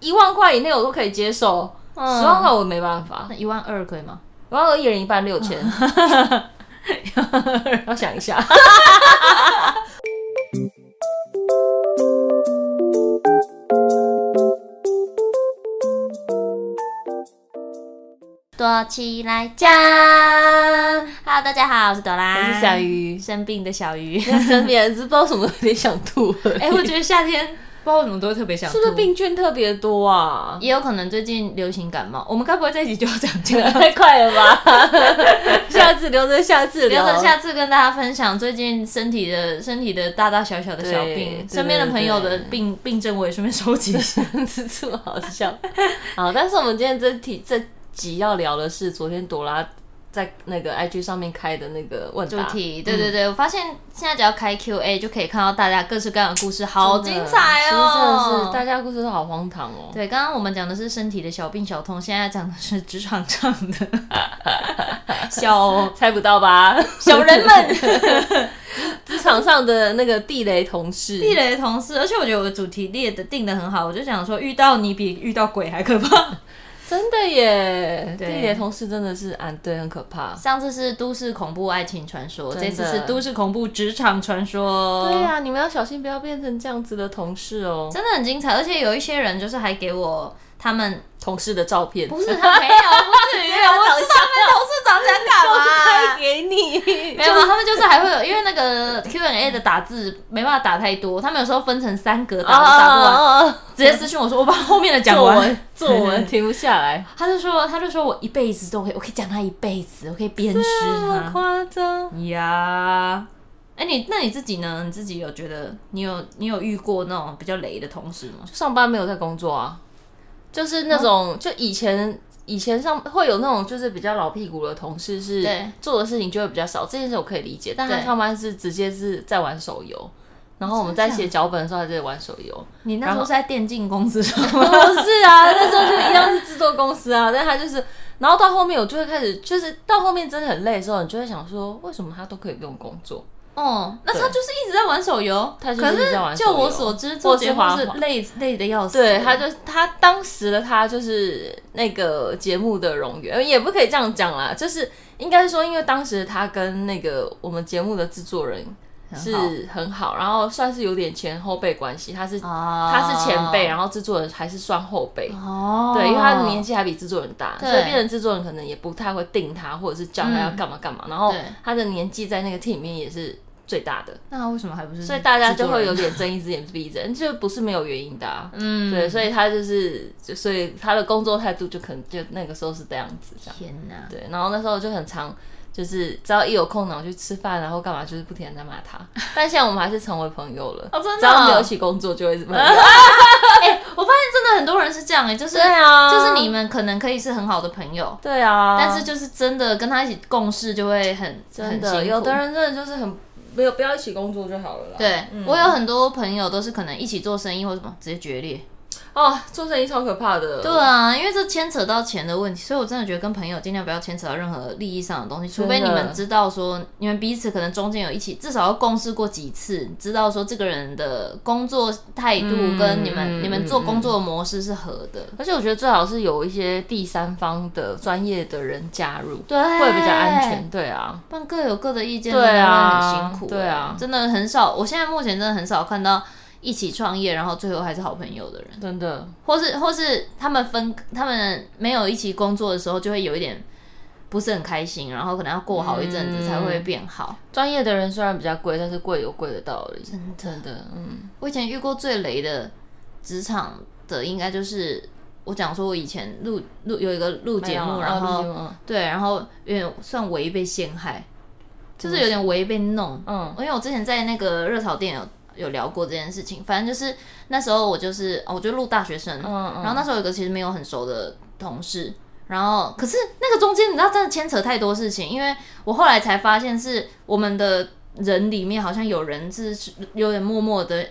一万块以内我都可以接受，十、嗯万块我没办法那，一万二可以吗？然后一人一半六 千，要想一下。躲起来讲，Hello，大家好，我是朵拉，我是小鱼生病的小鱼。那身边是不知道什么有点想吐而已， 哎、我觉得夏天不知道为什么都会特别想是不是吐病菌特别多啊？也有可能最近流行感冒。我们该不会这一集就要讲这 个？太 快了 吧！下次留着，下次留聊着下次跟大家分享最近身体的身体的大大小小的小对对病，对身边的朋友的对病病症我也顺便收集一下。吃醋好笑。 好，但是我们今天这题这集要聊的是昨天朵拉在那个 IG 上面开的那个问主答题， 对对对，我发现现在只要开 Q&A 就可以看到大家各式各样的故事，好精彩真的哦！是大家故事都好荒唐哦。对，刚刚我们讲的是身体的小病小痛，现在讲的是职场上 的小猜不到吧？ 小人们、 职场上的那个地雷同事，地雷同事。而且我觉得我的主题列的定的很好，我就想说，遇到你比遇到鬼还可怕。真的耶，地对雷同事真的是啊，对，很可怕。上次是都市恐怖爱情传说，真这的次是都市恐怖职场传说。对呀、你们要小心，不要变成这样子的同事哦。真的很精彩。而且有一些人就是还给我他们同事的照片 不是他没有，不至于，啊我知道 他们同事长这样 干嘛拍。给你，没啊有，他们就是还会有，因为那个 Q&A 的打字没办法打太多，他们有时候分成三格哦打，我打不完，啊，直接私信我说我把后面的讲作 完文。作文停不下来，他就说，他就说我一辈子都可以，我可以讲他一辈子，我可以鞭尸好 他。夸张。呀，哎，你那你自己呢？你自己有觉得你有你有遇过那种比较雷的同事吗？上班没有在工作啊，就是那种、哦就以前。以前上会有那种就是比较老屁股的同事，是对做的事情就会比较少，这件事我可以理解。但他对上班是直接是在玩手游，然后我们在写脚本的时候还在玩手游， 你那时候是在电竞公司上不班是啊，那时候就一样是制作公司啊，但他就是，然后到后面我就会开始，就是到后面真的很累的时候，你就会想说，为什么他都可以不用工作？ 哦，那他就是一直在玩手游，他就是可一直在玩手游就我所知，做节目或是是滑滑累累的要死。对，他就他当时的他就是那个节目的荣誉，呃也不可以这样讲啦，就是应该是说，因为当时他跟那个我们节目的制作人是很好很好，然后算是有点前后辈关系，他是、啊他是前辈，然后制作人还是算后辈。哦，对，因为他的年纪还比制作人大，所对嗯以变成制作人可能也不太会定他，或者是叫他要干嘛干嘛。然后对他的年纪在那个 team 里面也是最大的，那他为什么还不是？所以大家就会有点睁一只眼闭一只眼，就不是没有原因的、啊。嗯，对，所以他就是，就所以他的工作态度就可能就那个时候是这样子这样。天哪，对，然后那时候就很常，就是只要一有空，然后去吃饭，然后干嘛，就是不停的在骂他。但现在我们还是成为朋友了，哦真的哦哎只要没有一起工作，就会是 朋友。我发现真的很多人是这样哎，就是对啊，就是你，们可能可以是很好的朋友，对啊，但是就是真的跟他一起共事就会很真很辛的，苦。有的人真的就是很没有不要一起工作就好了啦。对我有很多朋友都是可能一起做生意或什么直接决裂。哦，做生意超可怕的。对啊，因为这牵扯到钱的问题，所以我真的觉得跟朋友尽量不要牵扯到任何利益上的东西，除非你们知道说你们彼此可能中间有一起至少要共事过几次，你知道说这个人的工作态度嗯跟你们、嗯你们做工作的模式是合的，而且我觉得最好是有一些第三方的专业的人加入，对，会比较安全。。对啊，但各有各的意见，真对的啊会很辛苦、欸对啊真的很少。我现在目前真的很少看到一起创业，然后最后还是好朋友的人。真的。或是或是他们分他们没有一起工作的时候，就会有一点不是很开心，然后可能要过好一阵子嗯才会变好。专业的人虽然比较贵，但是贵有贵的道理。真的真的，嗯，我以前遇过最雷的职场的，应该就是我讲说，我以前录录有一个录节目，没有然啊后录节目嗯对，然后有点算违被陷害，就是有点违被弄。嗯，因为我之前在那个热炒店有有聊过这件事情，反正就是那时候我就是哦我就录大学生，嗯嗯然后那时候有一个其实没有很熟的同事，然后可是那个中间你知道真的牵扯太多事情，因为我后来才发现是我们的人里面好像有人是有点默默的。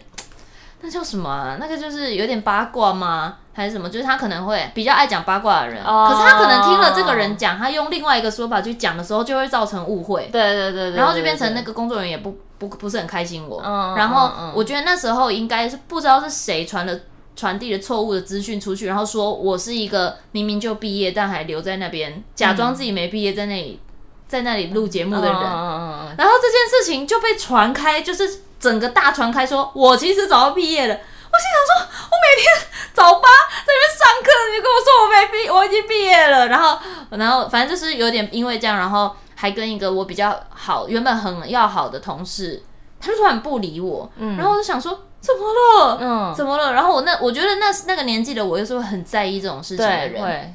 那叫什么啊、那个就是有点八卦吗？还是什么？就是他可能会比较爱讲八卦的人哦可是他可能听了这个人讲，他用另外一个说法去讲的时候，就会造成误会。对对对对然后就变成那个，个工作人员也不不不是很开心我，嗯然嗯嗯后我觉得那时候应该是不知道是谁传了传递了错误的资讯出去，然后说我是一个明明就毕业但还留在那边，假装自己没毕业在那里在那里录节目的人，嗯嗯嗯然后这件事情就被传开，就是整个大传开说，我其实早就毕业了。我心想说，我每天早八在那边上课，你就跟我说我没毕，我已经毕业了。然后，然后反正就是有点因为这样，然后还跟一个我比较好，原本很要好的同事，他就突然不理我。然后我就想说，怎么了？嗯，怎么了？然后我那我觉得那那个年纪的我又是会很在意这种事情的对，人。会，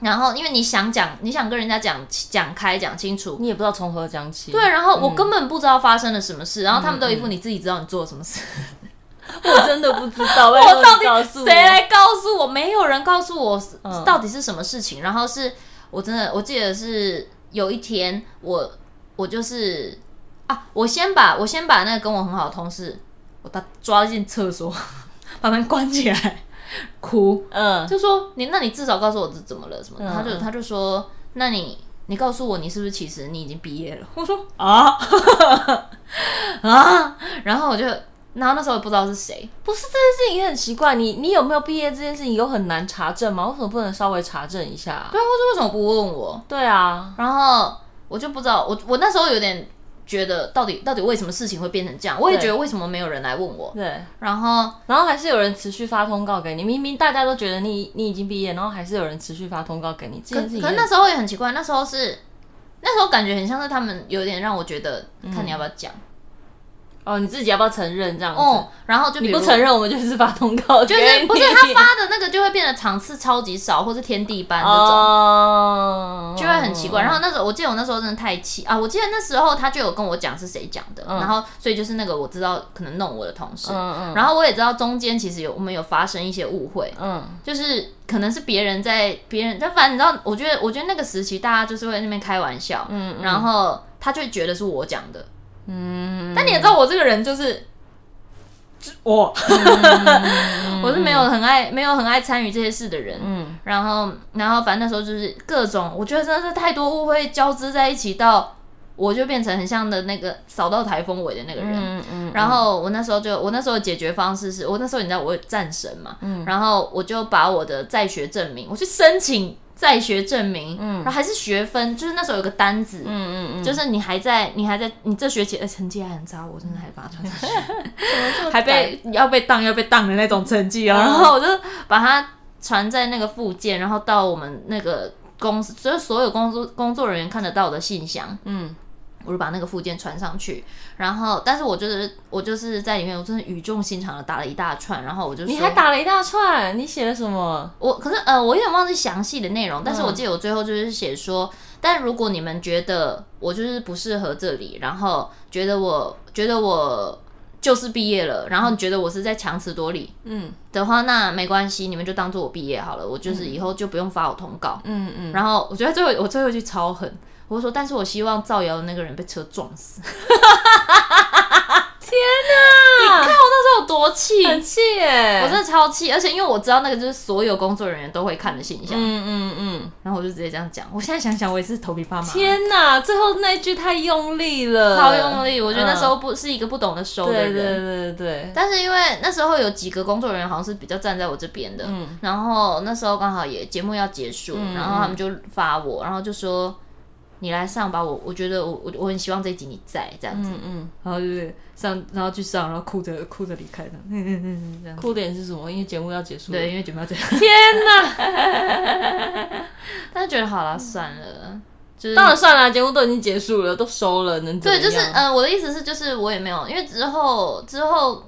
然后因为你想讲，你想跟人家讲讲开讲清楚，你也不知道从何讲起。对，，然后我根本不知道发生了什么事，然后他们都一嗯副你自己知道你做了什么事，我真的不知 道，拜我托到你告诉底谁来告诉我？没有人告诉我是嗯到底是什么事情。然后是我真的，我记得是有一天我我就是啊，我先把我先把那个跟我很好的同事，我把他抓进厕所， 把门关起来，哭。嗯，就说你，那你至少告诉我这怎么了什么的？嗯他就嗯他就说，那你你告诉我，你是不是其实你已经毕业了？我说啊啊，然后我就，然后那时候也不知道是谁，不是这件事情也很奇怪，你你有没有毕业这件事情有很难查证吗？为什么不能稍微查证一下啊？对啊，或者为什么不问我？对啊，然后我就不知道，我我那时候有点觉得，到底到底为什么事情会变成这样？我也对觉得为什么没有人来问我？对，然后然后还是有人持续发通告给你，明明大家都觉得你你已经毕业，然后还是有人持续发通告给你，这可件事情可是那时候也很奇怪，那时候是那时候感觉很像是他们有点让我觉得，看你要不要讲、哦，你自己要不要承认这样子？哦，然后就嗯比你如不承认，我们就是发通 告给就你， 是不是他发的那个就会变得场次超级少，或是天地班那种，哦，就会很奇怪。然后那时候我记得我那时候真的太气啊！我记得那时候他就有跟我讲是谁讲的，然后所以就是那个我知道可能弄我的同事，嗯嗯然后我也知道中间其实有我们有发生一些误会，嗯，就是可能是别人在别人，但反正你知道，我觉得我觉得那个时期大家就是会在那边开玩笑，嗯，然后他就会觉得是我讲的，嗯，但你也知道我这个人就是。嗯我我是没有很爱没有很爱参与这些事的人，嗯，然后然后反正那时候就是各种，我觉得真的是太多误会交织在一起，到我就变成很像的那个扫到台风尾的那个人，嗯嗯然后我那时候就，我那时候的解决方式是我那时候你知道我有战神嘛，然后我就把我的在学证明，我去申请在学证明，然后还是学分，就是那时候有个单子，嗯嗯，就是你还在，你还在，你这学期的呃成绩还很差，我真的还把它传上去，嗯还被要被当要被当的那种成绩哦，然后我就把它传在那个附件，然后到我们那个公司，就是所有工作工作人员看得到的信箱，嗯我就把那个附件传上去，然后，但是我就是我就是在里面，我真的语重心长的打了一大串，然后我就说你还打了一大串，你写了什么？我，可是呃，我有点忘记详细的内容，但是我嗯记得我最后就是写说，但如果你们觉得我就是不适合这里，然后觉得我觉得我就是毕业了，然后你觉得我是在强词夺理嗯的话，那没关系，你们就当做我毕业好了，我就是以后就不用发我通告。嗯嗯，然后我觉得最后我最后一句超狠，我就说，但是我希望造谣的那个人被车撞死。 啊，我那时候有多气，很气耶！我真的超气，而且因为我知道那个就是所有工作人员都会看的现象，嗯嗯嗯，然后我就直接这样讲。我现在想想，我也是头皮发麻，天哪，最后那一句太用力了，超用力。我觉得那时候嗯不、是一个不懂得收的对人。对对对对，但是因为那时候有几个工作人员好像是比较站在我这边的，嗯然后那时候刚好也节目要结束，嗯然后他们就发我，然后就说你来上吧，我我觉得我我我很希望这一集你在这样子，嗯嗯，然后就是上然后去上，然后哭着哭着离开的，嗯嗯嗯嗯这样。哭点是什么？因为节目要结束了，对，因为节目要结束，天哪！ 但是觉得好了，算了，就是当然算了，节目都已经结束了，都收了，能怎么样？对，就是嗯、呃我的意思是，就是我也没有，因为之后之后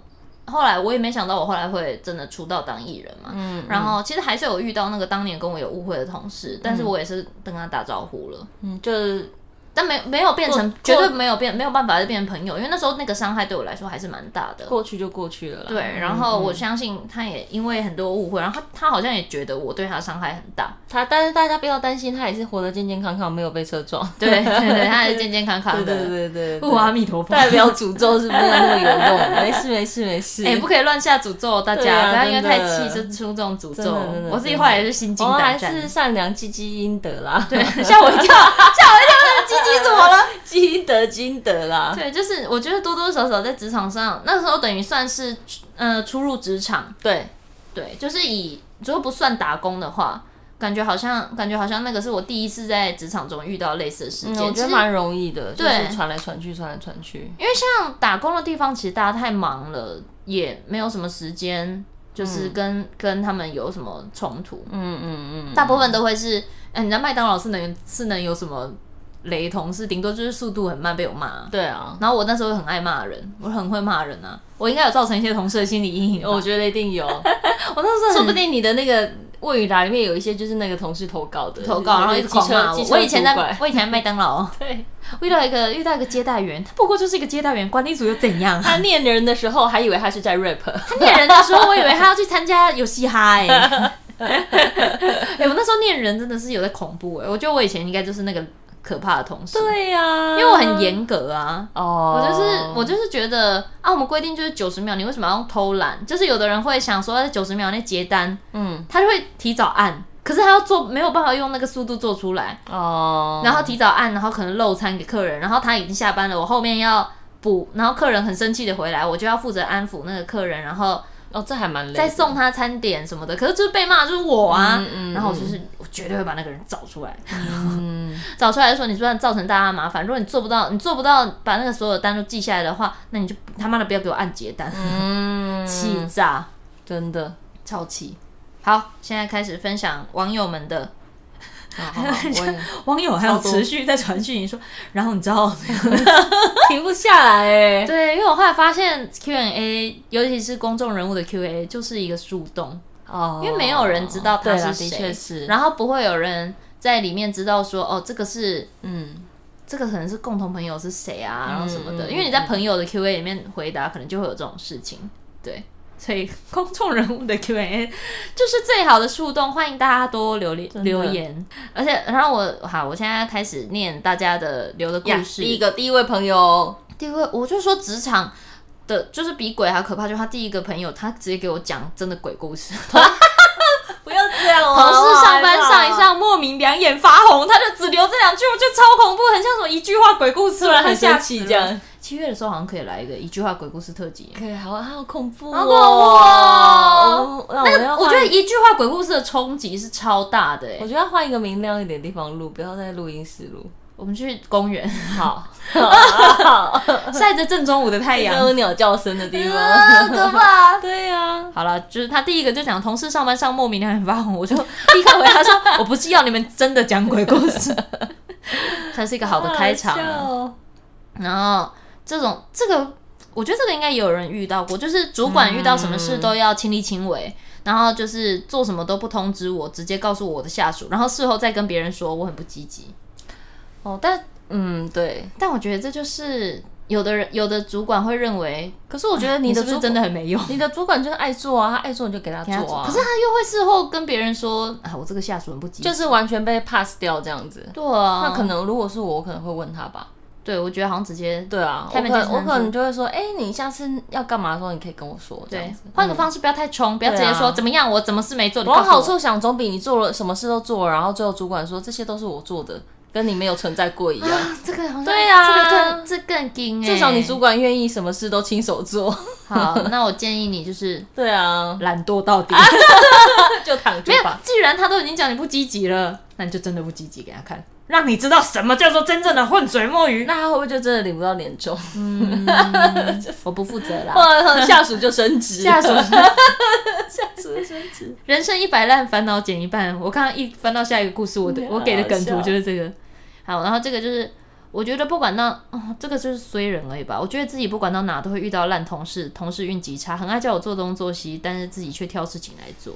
后来我也没想到我后来会真的出道当艺人嘛。嗯，然后其实还是有遇到那个当年跟我有误会的同事，但是我也是跟他打招呼了，嗯，就是但没没有变成过，绝对没有变，没有办法再变成朋友，因为那时候那个伤害对我来说还是蛮大的。过去就过去了啦。对，然后我相信他也因为很多误会，然后他他好像也觉得我对他伤害很大，他，但是大家不要担心，他也是活得健健康康，没有被车撞。对 对对，他还是健健康康 对的。对对对对， 不阿弥陀佛，代表诅咒是没有那么有用，没事没事没事。 哎、不可以乱下诅咒，大对家、啊不要因为太真气的就出这种诅真咒的真。的我自己真后的来也是心惊我们还胆战，是善良、积积阴德啦， 对， 吓我一跳，吓我一跳，鸡鸡怎么了？积阴德、积阴德啦。对，就是我觉得多多少少在职场上，那时候等于算是呃初入职场，对，对，就是以如果不算打工的话，感觉好像感觉好像那个是我第一次在职场中遇到类似的事嗯，件。我觉得其实蛮容易的，就对是传来传去，传来传去。因为像打工的地方，其实大家太忙了，也没有什么时间，就是跟、跟他们有什么冲突。嗯嗯嗯，大部分都会是，嗯，你知道麦当劳是能是能有什么雷同？是顶多就是速度很慢被我骂。对啊，然后我那时候很爱骂人，我很会骂人啊，我应该有造成一些同事的心理阴影吧。我觉得一定有，我那时说候不很定你的那个问语答里面有一些就是那个同事投稿的投稿，然后一直狂骂我。我以前在， 我以前在麦当劳 对遇到一个遇到一个接待员，他不过就是一个接待员，管理组又 怎样？他念人的时候还以为他是在 rap，他念人的时候，我以为他要去参 加有嘻哈哎、 欸。哎、我那时候念人真的是有在恐怖哎、我觉得我以前应该就是那个可怕的同事，对呀、因为我很严格啊。哦，我就是我就是觉得啊，我们规定就是九十秒，你为什么要用偷懒？就是有的人会想说在九十秒内结单，嗯他就会提早按，可是他要做没有办法用那个速度做出来，哦，然后提早按，然后可能漏餐给客人，然后他已经下班了，我后面要补，然后客人很生气的回来，我就要负责安抚那个客人，然后哦这还蛮累的，再送他餐点什么的。可是就是被骂就是我啊，嗯嗯然后我就是我绝对会把那个人找出来，嗯找出来说你虽然造成大家麻烦，如果你做不到，你做不到把那个所有的单都记下来的话，那你就他妈的不要给我按结单，嗯， 气炸，真的，超气。好，现在开始分享网友们的好好好我 也网友还有超多持续在传讯息说，然后你知道，停不下来哎、 对，因为我后来发现 Q&A，尤其是公众人物的 Q&A，就是一个树洞，哦，因为没有人知道他对啦是的谁，确是，然后不会有人在里面知道说，哦，这个是嗯这个可能是共同朋友是谁啊，然后什么的，嗯因为你在朋友的 Q&A 里面回答，可能就会有这种事情，对。所以公众人物的 Q&A 就是最好的树洞，欢迎大家多留言真的留言。而且，然后我好，我现在开始念大家的留的故呀，事。第一个第一位朋友，第一个，我就说职场的，就是比鬼还可怕。就他第一个朋友，他直接给我讲真的鬼故 事。不要这样哦同事上班上一，上，莫名两眼发红，他就只留这两句，我觉得超恐怖，很像什么一句话鬼故事，突然快很吓生死气了这。 样，七月的时候好像可以来一个一句话鬼故事特辑。可以，好好恐怖、哦，好恐怖哦我那我那要个，我换觉得一句话鬼故事的冲击是超大的、我 欸。觉得要换一个明亮一点的地方录，不要在录音室录。我们去公园，好， 晒着正中午的太太阳， 阳有鸟叫声的地方。啊 可怕。 对啊呀、 好了，就是他第一个就讲同事上班上莫名两眼发红，我就立刻回他说：“我不是要你们真的讲鬼故 事。”才是一个好的开场、好啊笑。哦然后这种这个，我觉得这个应该也有人遇到过，就是主管遇到什么事都要亲力亲为，然后就是做什么都不通知我，直接告诉我的下属，然后事后再跟别人说我很不积极。哦，但嗯，对。但我觉得这就是有的人有的主管会认为可是我觉哎得你的是不主是真的很没用。你的主管就是爱做啊，他爱做你就给他给他做啊，可是他又会事后跟别人说啊，我这个下属很不积极。就是完全被 pass 掉这样子。对啊，那可能如果是我，我可能会问他吧。对我觉得好像直接对啊，太我没可精能神我可了能就会说，哎、你下次要干嘛的时候，你可以跟我说这样对子。换个方式，不要太冲，不要直对接啊说怎么样，我怎么事没做，你告往诉好我。处想，总比你做了什么事都做了，然后最后主管说这些都是我做的，跟你没有存在过一样。啊这个好像对啊这个更这更惊哎。至少你主管愿意什么事都亲手做。 好，那我建议你 就是对啊，懒惰到底。就躺着没有吧，。既然他都已经讲你不积极了，那你就真的不积极给他看，让你知道什么叫做真正的浑水摸鱼。那他会不会就真的领不到年 终，嗯我不负责啦，或 下属就升职？下 属是下属就升职，人生一百烂，烦恼减一半。我刚刚一翻到下一个故事，我的嗯好我给的梗图就是这个。好，然后这个就是我觉得不管到哦，这个就是衰人而已吧。我觉得自己不管到哪都会遇到烂同事，同事运极差，很爱叫我做东做西，但是自己却挑事情来做。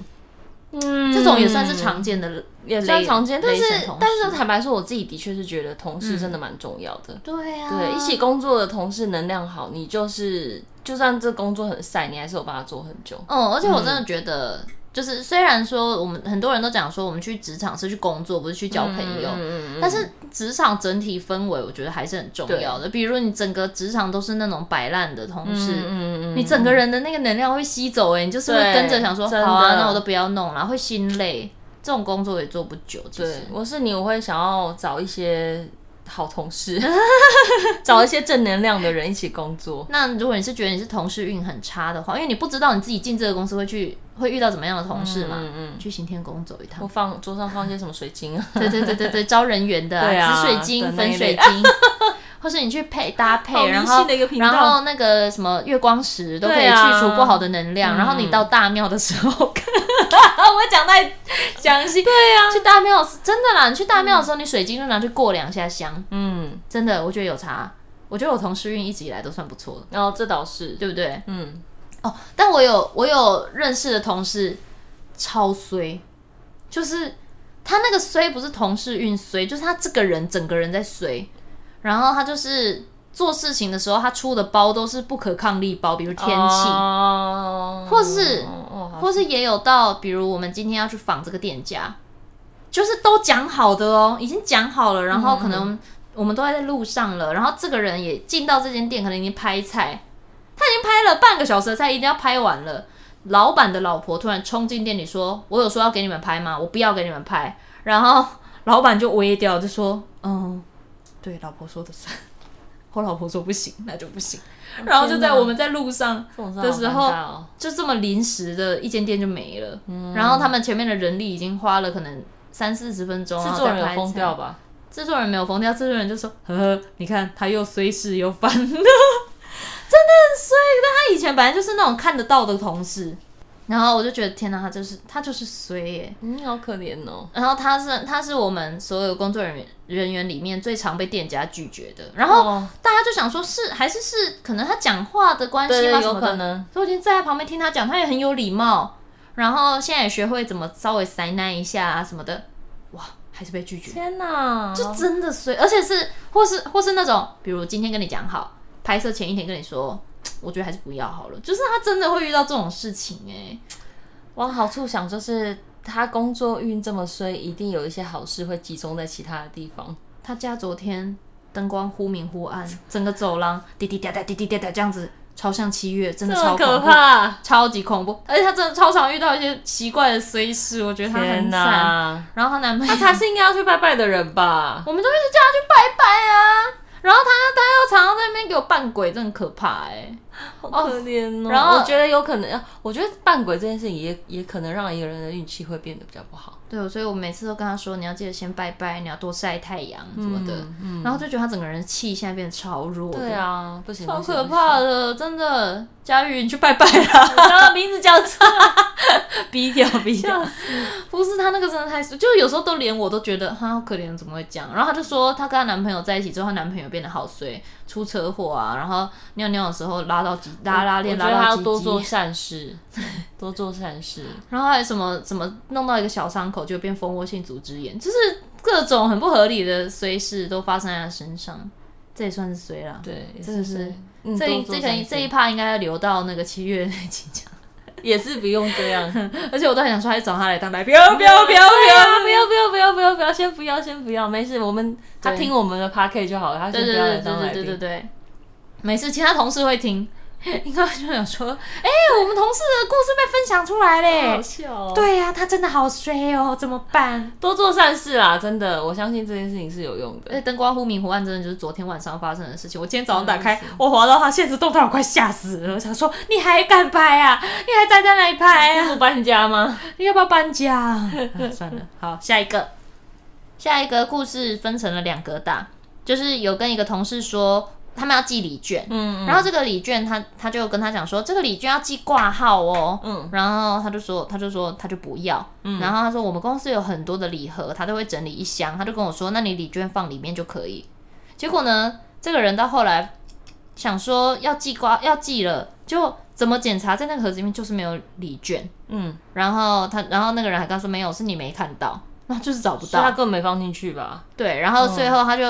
嗯这种也算是常见的，也算常见，但雷是神同事嗯但是坦白说，我自己的确是觉得同事真的蛮重要的。对啊对，一起工作的同事能量好，你就是就算这工作很晒，你还是有办法做很久。嗯，而且我真的觉得，就是虽然说我们很多人都讲说我们去职场是去工作，不是去交朋友，嗯但是职场整体氛围我觉得还是很重要的。比如你整个职场都是那种摆烂的同事。嗯你整个人的那个能量会吸走哎、你就是会对跟着想说，真的好啊，那我都不要弄了，会心累。这种工作也做不久，其实对，我是你，我会想要找一些好同 事，找一些正能量的人一起工作。那如果你是觉得你是同事运很差的话，因为你不知道你自己进这个公司会去会遇到怎么样的同事嘛，嗯嗯，去行天宫走一趟我。放桌上放一些什么水 晶 啊？对对对对对，招人员的、对啊紫水晶、的那一粉水类晶， 或是你去配搭好配，迷然信后的一个频道然后那个什么月光石都可以对啊去除不好的能量，嗯然后你到大庙的时候 看，我讲太详细，对啊呀、去大庙真的啦，你去大庙的时候，你水晶就拿去过两下香，嗯，真的，我觉得有差，我觉得我同事运一直以来都算不错的，然后这倒是，对不对？嗯，哦，但我有我有认识的同事超衰，就是他那个衰不是同事运衰，就是他这个人整个人在衰。然后他就是做事情的时候，他出的包都是不可抗力包，比如天气，哦或是哦好或是也有到，比如我们今天要去访这个店家，就是都讲好的哦，已经讲好了，然后可嗯能我们都在路上了，然后这个人也进到这间店，可能已经拍菜，他已经拍了半个小时的菜，一定要拍完了。老板的老婆突然冲进店里说：“我有说要给你们拍吗？我不要给你们拍。”然后老板就微掉，就说：“嗯，对，老婆说的算。” 我老婆说不行，那就不行。然后就在哦天哪我们在路上这种事好的时尴候尬哦，就这么临时的一间店就没了。嗯然后他们前面的人力已经花了可能三四十分钟，制作人然有后再哦拍疯照掉？吧？制作人没有疯掉，制作人就说：“呵呵，你看他又衰事又烦恼， 真的很衰。”但他以前本来就是那种看得到的同事，然后我就觉得天哪，他就是他就是衰耶、嗯，好可怜哦。然后他是他是我们所有工作人员人员里面最常被店家拒绝的，然后哦大家就想说是还是是可能他讲话的关系对吗？对，什有么的可能。所以我已经站在旁边听他讲，他也很有礼貌，然后现在也学会怎么稍微塞奶一下啊什么的，哇，还是被拒绝，天哪，就真的衰，而且是或是或是那种，比如今天跟你讲好，拍摄前一天跟你说，我觉得还是不要好了，就是他真的会遇到这种事情哎、往好处想，就是他工作运这么衰，一定有一些好事会集中在其他的地方。他家昨天灯光忽明忽暗，整个走廊滴滴答答滴滴答答这样子，超像七月，真的超恐怖。怕！超级恐怖，而且她真的超常遇到一些奇怪的衰事，我觉得她天很惨。哪，然后她男朋友他才是应该要去拜拜的人 吧？我们都一直叫他去拜拜啊。然后他他又常常在那边给我扮鬼，真的很可怕哎、好可怜哦。然后我觉得有可能，我觉得扮鬼这件事情也也可能让一个人的运气会变得比较不好。对，所以我每次都跟他说，你要记得先拜拜，你要多晒太阳什么的。嗯然后就觉得他整个人气现在变得超弱，对，啊，不行，超不行可怕！的，真的。佳玉，你去拜拜 啦！刚刚名字叫错， 逼掉，逼笑掉。不是他那个真的太，就是有时候都连我都觉得他好可怜，怎么会这样？然后她就说，她跟她男朋友在一起之后，她男朋友变得好衰，出车祸啊，然后尿尿的时候拉到鸡拉拉链，我拉觉得他到要鸡多鸡。做善事， 多做善事。然后还有什么什么弄到一个小伤口就变蜂窝性组织炎，就是各种很不合理的衰事都发生在他身上，这也算是衰啦。对，也真的是是嗯这一多做这善个事这一趴应该要留到那个七月那一集讲， 也是不用这样。而且我都很想说，还找他来当来宾，不要不不要要不不要要不不要要！不要不要不要不要不要，先不要先不要，没事，我们他听我们的 p a r k 就好了，他对先不对要对来对当来对对对宾。对，每次其他同事会听，应该就想说，哎、我们同事的故事被分享出来嘞好，笑哦！对，对呀、他真的好衰哦，怎么办？多做善事啦，真的，我相信这件事情是有用而的。且灯光忽明忽暗，真的就是昨天晚上发生的事情。我今天早上打开，我滑到他现实动态，我快吓死了。我想说，你还敢拍啊？你还站在那里拍啊？不搬家吗？你要不要搬家 啊？啊算了，好，下一个，下一个故事分成了两格大，就是有跟一个同事说，他们要寄礼券，嗯然后这个礼券他他就跟他讲说，这个礼券要寄挂号哦，嗯然后他就说他就说他就不要，然后他说我们公司有很多的礼盒，他都会整理一箱，他就跟我说，那你礼券放里面就可以。结果呢，这个人到后来想说要寄挂要寄了，就怎么检查在那个盒子里面就是没有礼券，嗯，然后他然后那个人还跟他说没有，是你没看到， 然后就是啊找不所以到他，根本没放进去吧？对，然后最后他就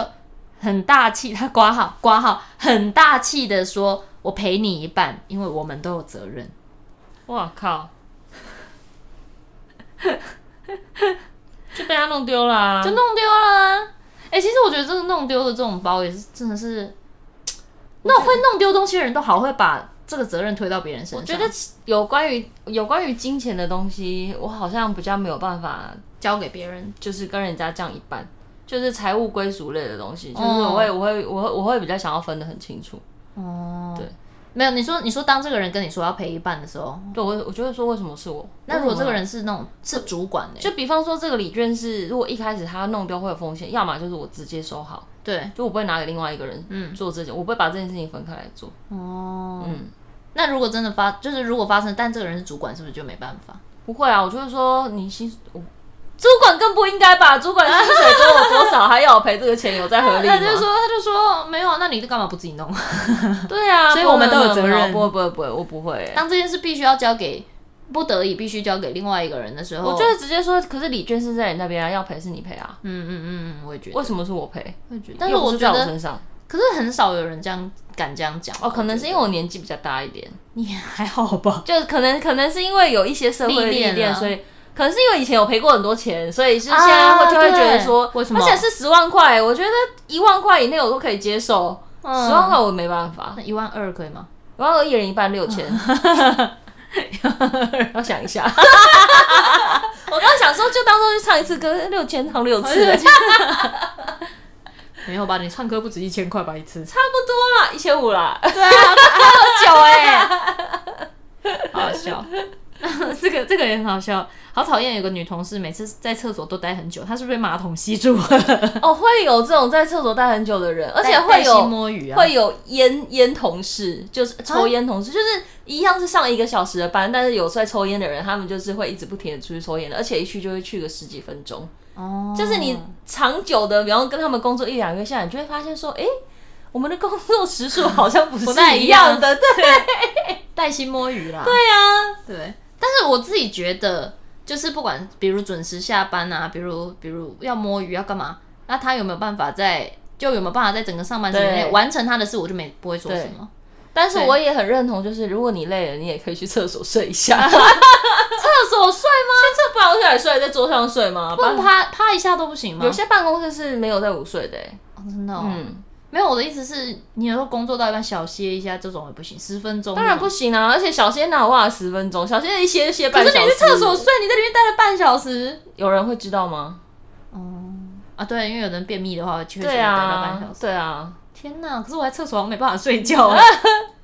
很大气，他挂号 挂号，很大气的说：“我赔你一半，因为我们都有责任。哇靠！就被他弄丢啦、”就弄丢了、啊。哎、其实我觉得这个弄丢的这种包也是真的是，那会弄丢东西的人都好会把这个责任推到别人身上。我觉得有关于有关于金钱的东西，我好像比较没有办法，交给别人，就是跟人家这样一半。就是财务归属类的东西，就是我会我会我会我会比较想要分得很清楚。哦，对，没有你说你说当这个人跟你说要赔一半的时候，对我我就会说为什么是我？那如果这个人人是那种是主管的、就比方说这个礼券是，如果一开始他弄丢会有风险，要么就是我直接收好，对，就我不会拿给另外一个嗯人做这件，我不会把这件事情分开来做。哦，嗯，那如果真的发，就是如果发生，但这个人是主管，是不是就没办法？不会啊，我就会说你薪我主管更不应该吧？主管薪水多我多少，还要我赔这个钱，有在合理吗 他就？说，他就说没有啊，那你干嘛不自己弄？对啊，所以我们不会都有责任不会不会不会，我不会欸、 当这件事必须要交给不得已必须交给另外一个人的时候，我就是直接说，可是礼券是在你那边啊，要赔是你赔啊，嗯嗯嗯，嗯，我也觉得，为什么是我赔？我也觉得，但是又不我是觉在我得，身上可是很少有人这样敢这样讲哦，可能是因为为我年纪比较大一点，你还好吧？就可能可能是因为有一些社会历历练练，啊所以可能是因为以前有赔过很多钱，所以是啊现在会就会觉得说，对为什么而且是十万块，我觉得一万块以内我都可以接受，十、嗯万块我没办法，那一万二可以吗？然后一人一半六 千。要想一下，我刚想说就当做去唱一次歌，六千唱六 次，差没有吧？你唱歌不止一千块吧一次？差不多啦，一千五啦。对啊，喝酒哎、好好笑。 这个这个也很好笑，好讨厌。有个女同事每次在厕所都待很久，她是不是被马桶吸住了？哦，会有这种在厕所待很久的人，而而且会有摸鱼啊，会有烟烟同事，就是抽烟同事，就是一样是上一个小时的班，但是有在抽烟的人，他们就是会一直不停的出去抽烟的，而且一去就会去个十几分钟。哦，就是你长久的，比方跟他们工作一两个月下来，你就会发现说，诶，我们的工作时数好像不不太是一一样样的，对带薪摸鱼啦。对啊，对，但是我自己觉得，就是不管比如准时下班啊，比如比如要摸鱼要干嘛，那他有没有办法在就有没有办法在整个上半时间内对完成他的事，我就没不会说什么。但是我也很认同，就是如果你累了，你也可以去厕所睡一 下。去厕所睡吗？厕办公室还睡，在桌上睡吗？不能办趴趴一下都不行吗？有些办公室是没有在午睡的、欸哦真的、哦，嗯。没有我的意思是，你有时候工作到一半小歇一下这种也不行，十分钟当然不。行啊！而且小仙哪哇十分钟，小仙一歇就歇可半小是时。你去厕所睡，你在里面待了半小时。有人会知道吗？啊，对，因为有人便秘的话，确实会对待到半小啊时。，对啊，天哪！可是我在厕所好像没办法睡觉、 啊，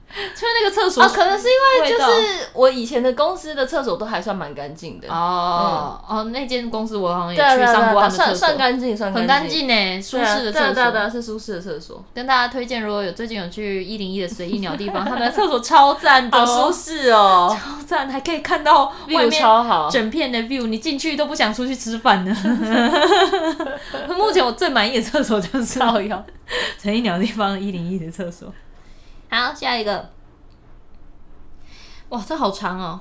就是那个厕所啊，可能是因为就味道是我以前的公司的厕所都还算蛮干净的，哦、哦，那间公司我好像对啊也对去啊上过对啊，他们的厕算所，算干净，算很干干，净呢，舒对啊适的对啊厕对啊对所。啊，是舒适的厕所，跟大家推荐，如果有最近有去一零一的随意鸟地方，他们的厕所超赞 的好哦，舒适哦，超赞，还可以看到外 view 面超好。整片的 view，你进去都不想出去吃饭呢。 目前我最满意的厕所就是造谣，陈一鸟地方一零一的厕所。好，下一个。哇，这好长哦。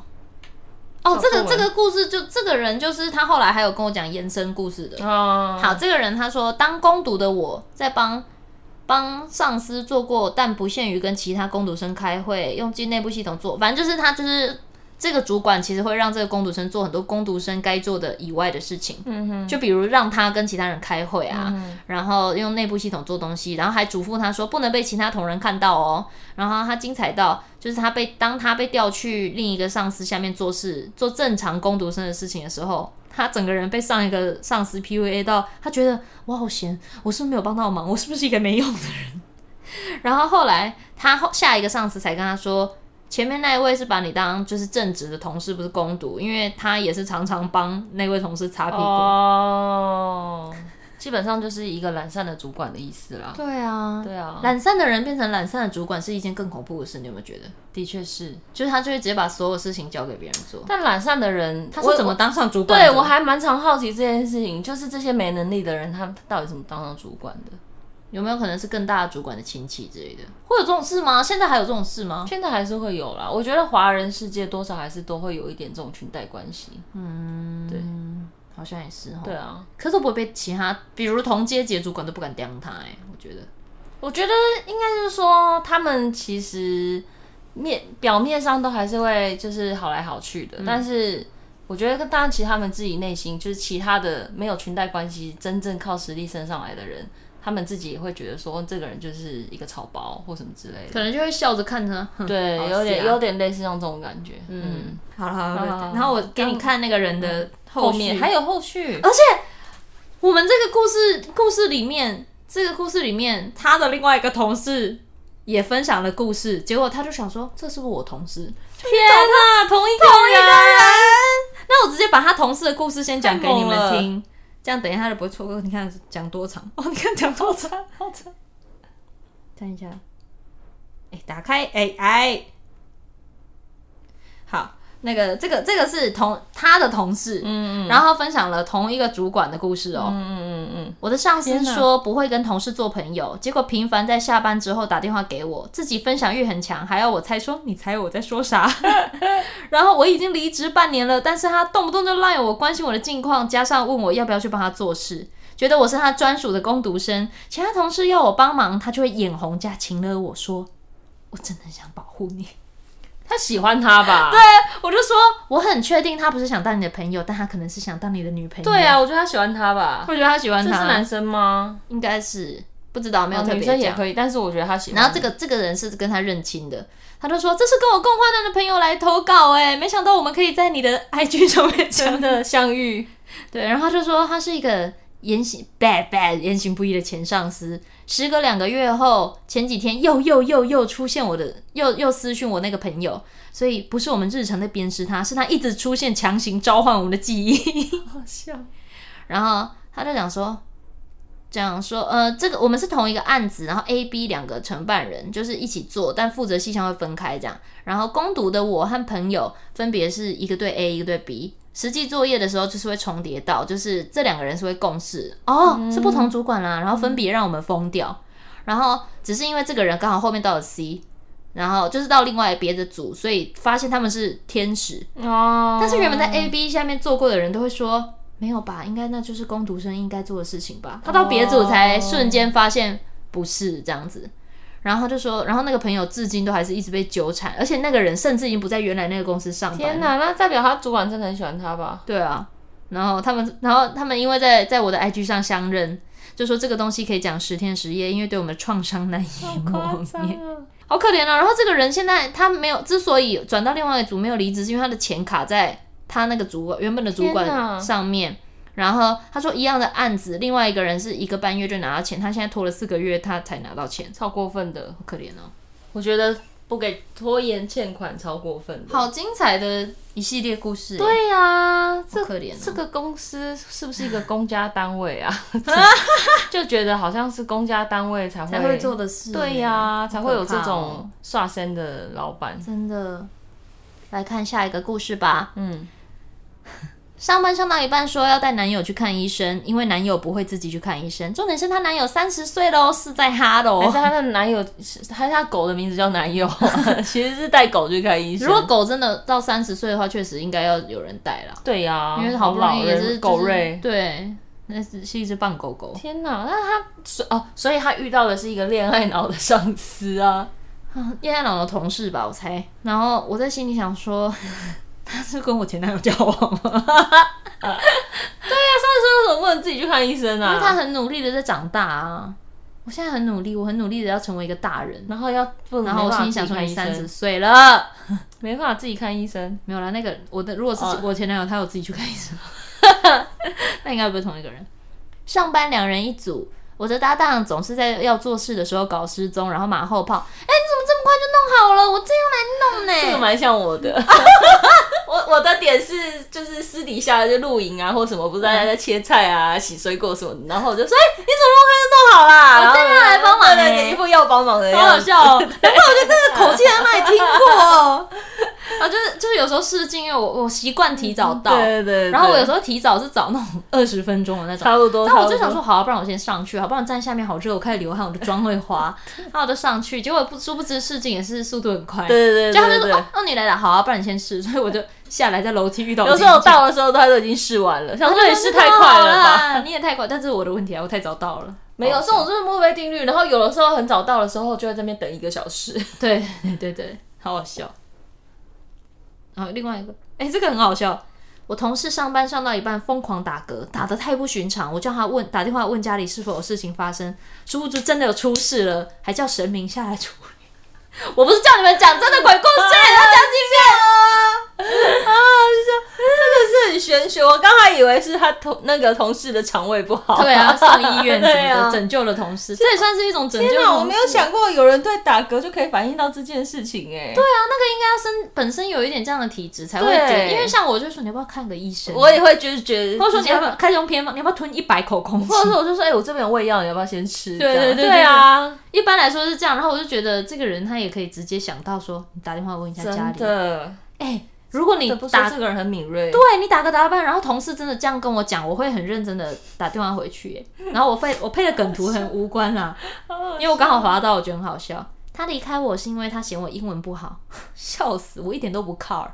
哦，小这个作这文个故事就这个人就是他后来还有跟我讲延伸故事的。啊，好，这个人他说，当攻读的我在帮帮上司做过，但不限于跟其他攻读生开会，用进内部系统做，反正就是他就是这个主管其实会让这个攻读生做很多攻读生该做的以外的事情，嗯哼，就比如让他跟其他人开会啊，嗯然后用内部系统做东西，然后还嘱咐他说不能被其他同仁看到哦。然后他精彩到，就是他被当他被调去另一个上司下面做事，做正常工读生的事情的时候，他整个人被上一个上司 PUA 到，他觉得我好闲，我是不是没有帮到忙，我是不是一个没用的人？ 然后后来他后下一个上司才跟他说。前面那一位是把你当就是正职的同事，不是攻读，因为他也是常常帮那位同事擦屁股。哦，基本上就是一个懒散的主管的意思啦。对啊，对啊，懒散的人变成懒散的主管是一件更恐怖的事，你有没有觉得？的确是。就是他就会直接把所有事情交给别人做。但懒散的人，他我是怎么当上主管的？对我还蛮常好奇这件事情，就是这些没能力的人，他们到底怎么当上主管的？有没有可能是更大的主管的亲戚之类的？会有这种事吗？现在还有这种事吗？现在还是会有啦，我觉得华人世界多少还是都会有一点这种裙带关系。嗯，对，好像也是哈。哦对，啊，可是都不会被其他，比如同阶级的主管都不敢刁他哎、我觉得。我觉得应该是说他们其实面表面上都还是会就是好来好去嗯的，但是。我觉得，当然，其实他们自己内心就是其他的没有裙带关系，真正靠实力升上来的人，他们自己也会觉得说，哦这个人就是一个草包或什么之类的。可能就会笑着看着，哼对，好有点死啊有点类似像这种感觉。嗯，好了好好了好，好然后我给你看那个人的后呃面，面还还有有后续，嗯而且我们这个故事故事里面，这个故事里面，他的另外一个同事也分享了故事，结果他就想说，这是不是我同事？天啊哪，同一个同一个人人，。那我直接把他同事的故事先讲给你太猛们了听，这样等一下他就不会错过。你看讲多长？ 哦，你看讲多长？好长。看一下，哎、打开，哎、哎，好，那个这个这个是同他的同事，嗯嗯然后分享了同一个主管的故事哦。嗯嗯嗯我的上司天哪说不会跟同事做朋友，结果频繁在下班之后打电话给我，自己分享欲很强，还要我猜说你猜我在说啥。 然后我已经离职半年了，但是他动不动就赖我，关心我的近况，加上问我要不要去帮他做事，觉得我是他专属的工读生。其他同事要我帮忙，他就会眼红加情勒我说：“我真的很想保护你。”嗯，他喜欢他吧？对我就说我很确定他不是想当你的朋友，但他可能是想当你的女朋友。对，啊，我觉得他喜欢他吧。 我觉得他喜欢这是他，男生吗？应该是不知道没有哦特别女讲。生也可以，但是我觉得他喜欢。然后这个这个人是跟他认亲的，他就说这是跟我共患难的朋友来投稿哎、没想到我们可以在你的 IG 上面讲真。的相遇， 对，然后他就说他是一个言行 bad bad 言行不一的前上司。时隔两个月后，前几天又又又又出现我的又又私讯我那个朋友，所以不是我们日常在鞭尸他，是他一直出现强行召唤我们的记忆。好像然后他就讲说，讲说，呃，这个我们是同一个案子，然后 A、B 两个承办人就是一起做，但负责细项会分开这样。然后攻读的我和朋友分别是一个对 A，一个对 B。实际作业的时候就是会重叠到，就是这两个人是会共事哦，是不同主管啦，然后分别让我们封掉。然后只是因为这个人刚好后面到了 C，然后就是到另外别的组，所以发现他们是天使， 哦，但是原本在 A、B 下面做过的人都会说，没有吧，应该那就是工读生应该做的事情吧。他哦到别组才瞬间发现不是这样子，然后就说，然后那个朋友至今都还是一直被纠缠，而且那个人甚至已经不在原来那个公司上班天了。哪，那代表他主管真的很喜欢他吧？对啊，然后他们，然后他们因为在在我的 IG 上相认，就说这个东西可以讲十天十夜，因为对我们的创伤难以磨灭。啊！好可怜啊！然后这个人现在他没有，之所以转到另外一组没有离职，是因为他的钱卡在他那个主管原本的主天哪管上面。然后他说一样的案子，另外一个人是一个半月就拿到钱，他现在拖了四个月，他才拿到钱，超过分的，好可怜哦！我觉得不给拖延欠款超过分的。好精彩的一系列故事，对，对呀、啊这可怜哦这个公司是不是一个公家单位 啊？就觉得好像是公家单位才会才会做的事，对呀、才会有这好啊可怕哦种刷身的老板。真的。来看下一个故事吧。嗯，上班上到一半说要带男友去看医生，因为男友不会自己去看医生。重点是她男友三十岁喽，是在哈喽，还是她的男友，还是她狗的名字叫男 友，其实是带狗去看医生。如果狗真的到三十岁的话，确实应该要有人带啦，对呀、因为哦好不容老易也人是、就是狗瑞。对，那嗯是是一只棒狗狗天哪，那他所哦，所以他遇到的是一个恋爱脑的上司啊，啊，叶爱老的同事吧，我猜。然后我在心里想说， 他是跟我前男友交往吗？那为什么不能自己去看医生 因为他啊？很努力的在长大啊，我现在很努力，我很努力的要成为一个大人。然后要不能，然后我没办法心里想说，自你己看三医十生，岁了，没办法自己看医生，没有啦。那个我的，如果是哦我前男友，他有自己去看医 生，那应该不是同一个人。上班两人一组，我的搭档总是在要做事的时候搞失踪，然后马后炮。哎、你怎么这么快就弄好了？我这样来这个弄呢、蛮像我的。 我我的点是，就是私底下就露营啊，或什么，不是大家在切菜啊、洗水果什么的，然后我就说，哎、你怎么不快就弄好啦？然后真的来帮忙对对欸对一副要帮忙的好好样子。笑 哦！难怪我觉得这个口气在哪里听 过 哦。啊，就是就是有时候试镜，因为我我习惯提早到，对对对对然后我有时候提早是早那种二十分钟的那种，差不多但我就差想不多说，好、啊，不然我先上去，好，不然站下面好热，我开始流汗，我的妆会花， 然后我就上去，结果不殊不知试镜也是速度很快，对对对就他们对就对说哦，哦你来了，好啊，不然你先试，所 以我就下来在楼梯遇到我有自己时姐，候我到的时候，他都已经试完了，想然后说就说，也试太快了吧。啊你也太快，但是我的问题啊，我太早到了，哦没有，好这种就是墨菲定律。然后有的时候很早到的时候，就会在那边等一个小时。 对 对对对，好好笑。然后另外一个，哎、这个很好笑。我同事上班上到一半疯狂打嗝，打得太不寻常，我叫他问打电话问家里是否有事情发生，殊不知真的有出事了，还叫神明下来处理。 我不是 叫你们讲真的鬼故事，要讲几遍啊？啊，就这样，很玄学，我刚才以为是他同那个同事的肠胃不好。对啊，送医院什对么的，啊拯救了同事，这也算是一种拯救啊天同哪，事。我没有想过有人对打嗝就可以反映到这件事情哎、啊对啊，他身本身有一点这样的体质，才会觉得，对因为像我就说，你要不要看个医生？我也会就是觉得，或者说你要不要开用偏方？你要不要吞一百口空气？或者说我就说，哎、我这边有胃药，你要不要先吃？对这样对对对啊，一般来说是这样，然后我就觉得这个人他也可以直接想到说，你打电话问一下家真里。的。哎、如果你你不打说这个人很敏锐，对你打个打到半，然后同事真的这样跟我讲，我会很认真的打电话回去耶。 然后我配我配的梗图很无关啦，因为我刚好滑到，我觉得很好笑。他离开我是因为他嫌我英文不好，, 笑死我一点都不靠儿，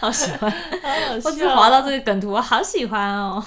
好喜欢。我我只滑到这个梗图，我好喜欢哦。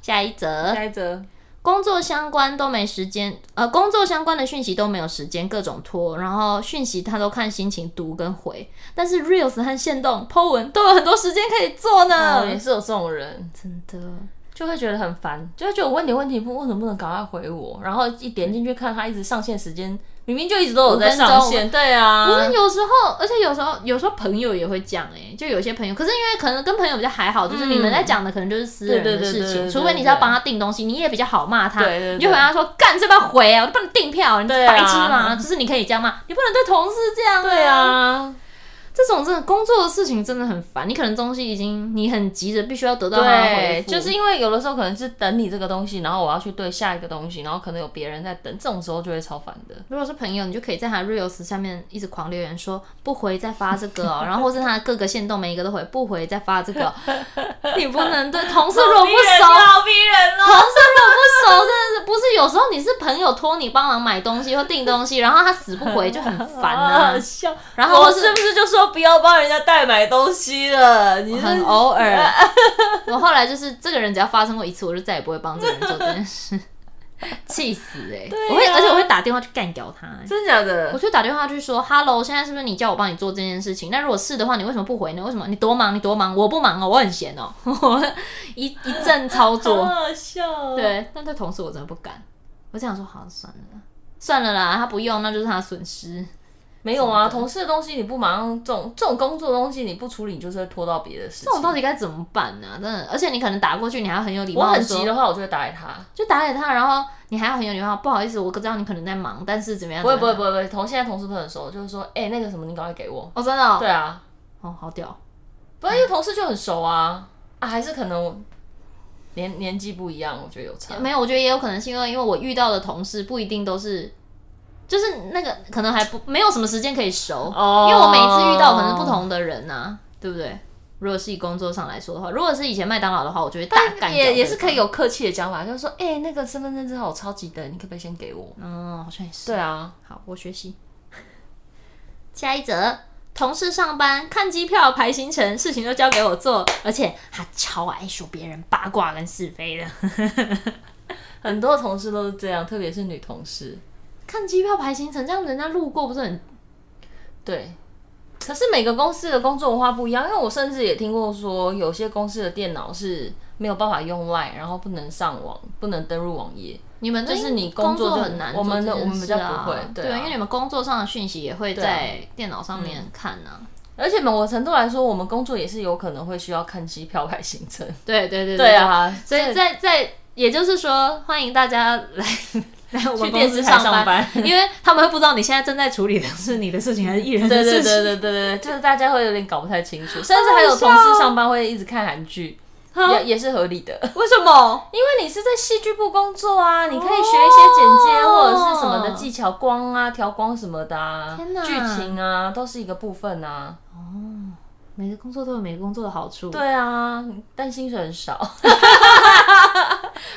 下一则，待着，工作相关都没时间，呃，工作相关的讯息都没有时间，各种拖，然后讯息他都看心情读跟回，但是 reels 和线动 po 文都有很多时间可以做呢，嗯，也是有这种人，哦真的。就会觉得很烦，就会觉得我问你问题不为什么不能赶快回我，然后一点进去看他一直上线时间，明明就一直都有在上五分线，对不是啊，有时候，而且有时候，有时候朋友也会讲哎、就有些朋友，可是因为可能跟朋友比较还好，就是你们在讲的可能就是私人的嗯对对对事对情，对除非你是要帮他订东西，你也比较好骂他，对对对你就回他说干这不要回啊，我就帮你订票，你对啊白痴吗？就是你可以这样骂，你不能对同事这样、对啊，这种真的工作的事情真的很烦，你可能东西已经你很急着必须要得到他的回对，复，就是因为有的时候可能是等你这个东西，然后我要去对下一个东西，然后可能有别人在等，这种时候就会超烦的。如果是朋友，你就可以在他 reels 下面一直狂留言说不回再发这 个、哦，然后或是他的各个线动每一个都回不回再发这个哦、你不能对同事如果不熟，好啊逼人同！事如果不熟真的是不是有时候你是朋友托你帮忙买东西或订 东西，然后他死不回就很烦啊好，笑，然后哦我是是不是就说不要帮人家代买东西了？你是很哦偶 尔。我后来就是这个人，只要发生过一次，我就再也不会帮这个人做这 件事，气死哎、欸！对啊我会，而且我会打电话去干掉他、欸。真假我的？就打电话去说，Hello，现在是不是你叫我帮你做这件事情？那如果是的话，你为什么不回呢？为什么你多忙？你多忙？我不忙哦，我很闲哦， 我一一阵操好作。好笑哦。对，但对同事我真的不敢。我这样说，好像算了啦，算了啦，他不用，那就是他的损失。没有啊，同事的东西你不马上这种这种工作的东西你不处理，你就是会拖到别的事这种情。到底该怎么办呢、真的，而且你可能打过去，你还要很有礼我貌地很说，急的话，我就会打给他。就打给他，然后你还要很有礼貌，不好意思，我知道你可能在忙，但是怎么样？不会不会怎不么会不会，同现在同事都很熟，就是说，哎、那个什么，你赶快给我。样，哦，真的、哦，对啊，哦，好屌，不然因为同事就很熟啊，啊，还是可能我年年纪不一样，我觉得有差。没有，我觉得也有可能是因为因为我遇到的同事不一定都是。就是那个可能还不没有什么时间可以熟哦因为我每一次遇到可能是不同的人呐、啊对不对？如果是以工作上来说的话，如果是以前麦当劳的话，我就会大干掉也也对是方可以。有客气的讲法，就是说，哎、那个身份证字号我超级的，你可不可以先给我？嗯，好像也是。对啊，好，我学习。下一则，同事上班看机票排行程，事情都交给我做，而且他超爱说别人八卦跟是非的。很多同事都是这样，特别是女同事。看机票排行程，这样人家路过不是很对，可是每个公司的工作文化不一样，因为我甚至也听过说，有些公司的电脑是没有办法用 Line，然后不能上网，不能登入网页。你们就是你工工作就很难我做这件们的事啊，我们比较不会对啊对，因为你们工作上的讯息也会对啊在电脑上面看啊呐。而且某个程度来说，我们工作也是有可能会需要看机票排行程。对对对对，啊，所以在在也就是说，欢迎大家来 来我们去公电司视台上上班 因为他们会不知道你现在正在处理的是你的事情还是艺人对的事对对情。对对对对，就是大家会有点搞不太清楚，甚至还有同事上班会一直看韩剧，也也是合理的。为什么？因为你是在戏剧部工作啊，你可以学一些剪接或者是什么的技巧，光啊、调光什么的啊天哪，剧情啊，都是一个部分啊。每个工作都有每个工作的好处。对啊，但薪水很少。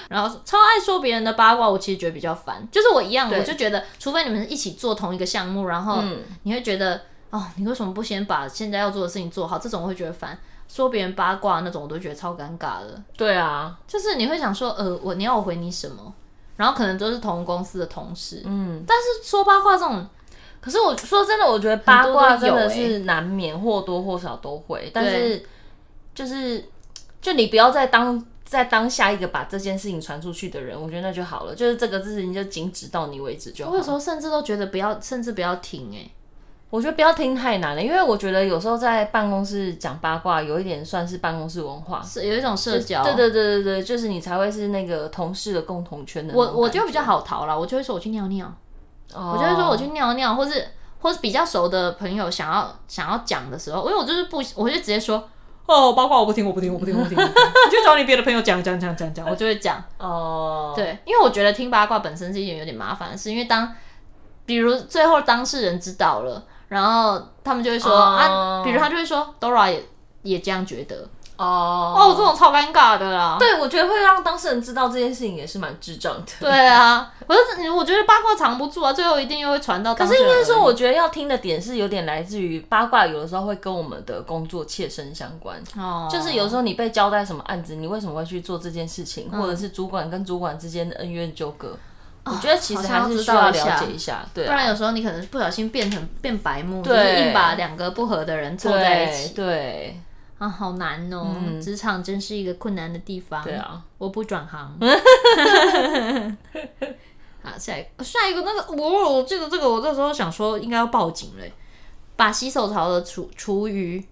然后超爱说别人的八卦，我其实觉得比较烦。就是我一样，对我就觉得，除非你们一起做同一个项目，然后嗯你会觉得，哦，你为什么不先把现在要做的事情做好？这种我会觉得烦。说别人八卦那种，我都觉得超尴尬的。 对啊，就是你会想说，呃，我你要我回你什么？然后可能都是同公司的同事，嗯。但是说八卦这种，可是我说真的，我觉得八卦很多都有真的欸是难免或多或少都会，但是就是就你不要再当。再当下一个把这件事情传出去的人，我觉得那就好了，就是这个事情就仅止到你为止就好。我有时候甚至都觉得不要，甚至不要听哎、我觉得不要听太难了，欸因为我觉得有时候在办公室讲八卦，有一点算是办公室文化。是有一种社交。对对对对对，就是你才会是那个同事的共同圈的那种我感。我就比较好逃啦，我就会说我去尿尿，哦，我就会说我去尿尿，或是或是比较熟的朋友想要想要讲的时候，因为我就是不，我就直接说哦，八卦我不听，我不听，我不听，我不听，我不听你去找你别的朋友讲讲讲讲讲，我就会讲。哦，对，因为我觉得听八卦本身是一件有点麻烦的事，因为当比如最后当事人知道了，然后他们就会说、哦啊，比如他就会说 Dora 也也这样觉得，哦哦，这种超尴尬的啦。对，我觉得会让当事人知道这件事情也是蛮智障的。对啊，我就我觉得八卦藏不住啊，最后一定又会传到可当事是人应耳里。该说，我觉得要听的点是有点来自于八卦，有的时候会跟我们的工作切身相关。哦，就是有时候你被交代什么案子，你为什么会去做这件事情，嗯或者是主管跟主管之间的恩怨纠葛，我觉得其实哦好像还是知需道要一下了解一下。对不啊，然有时候你可能不小心变成变白目，就对是硬把两个不合的人凑在对一啊起对啊，好难哦！职场真是一个困难的地方。对啊，我不转行。 好，下一个，下一个那个，我我记得这个，我那时候想说应该要报警嘞，把洗手槽的厨厨余，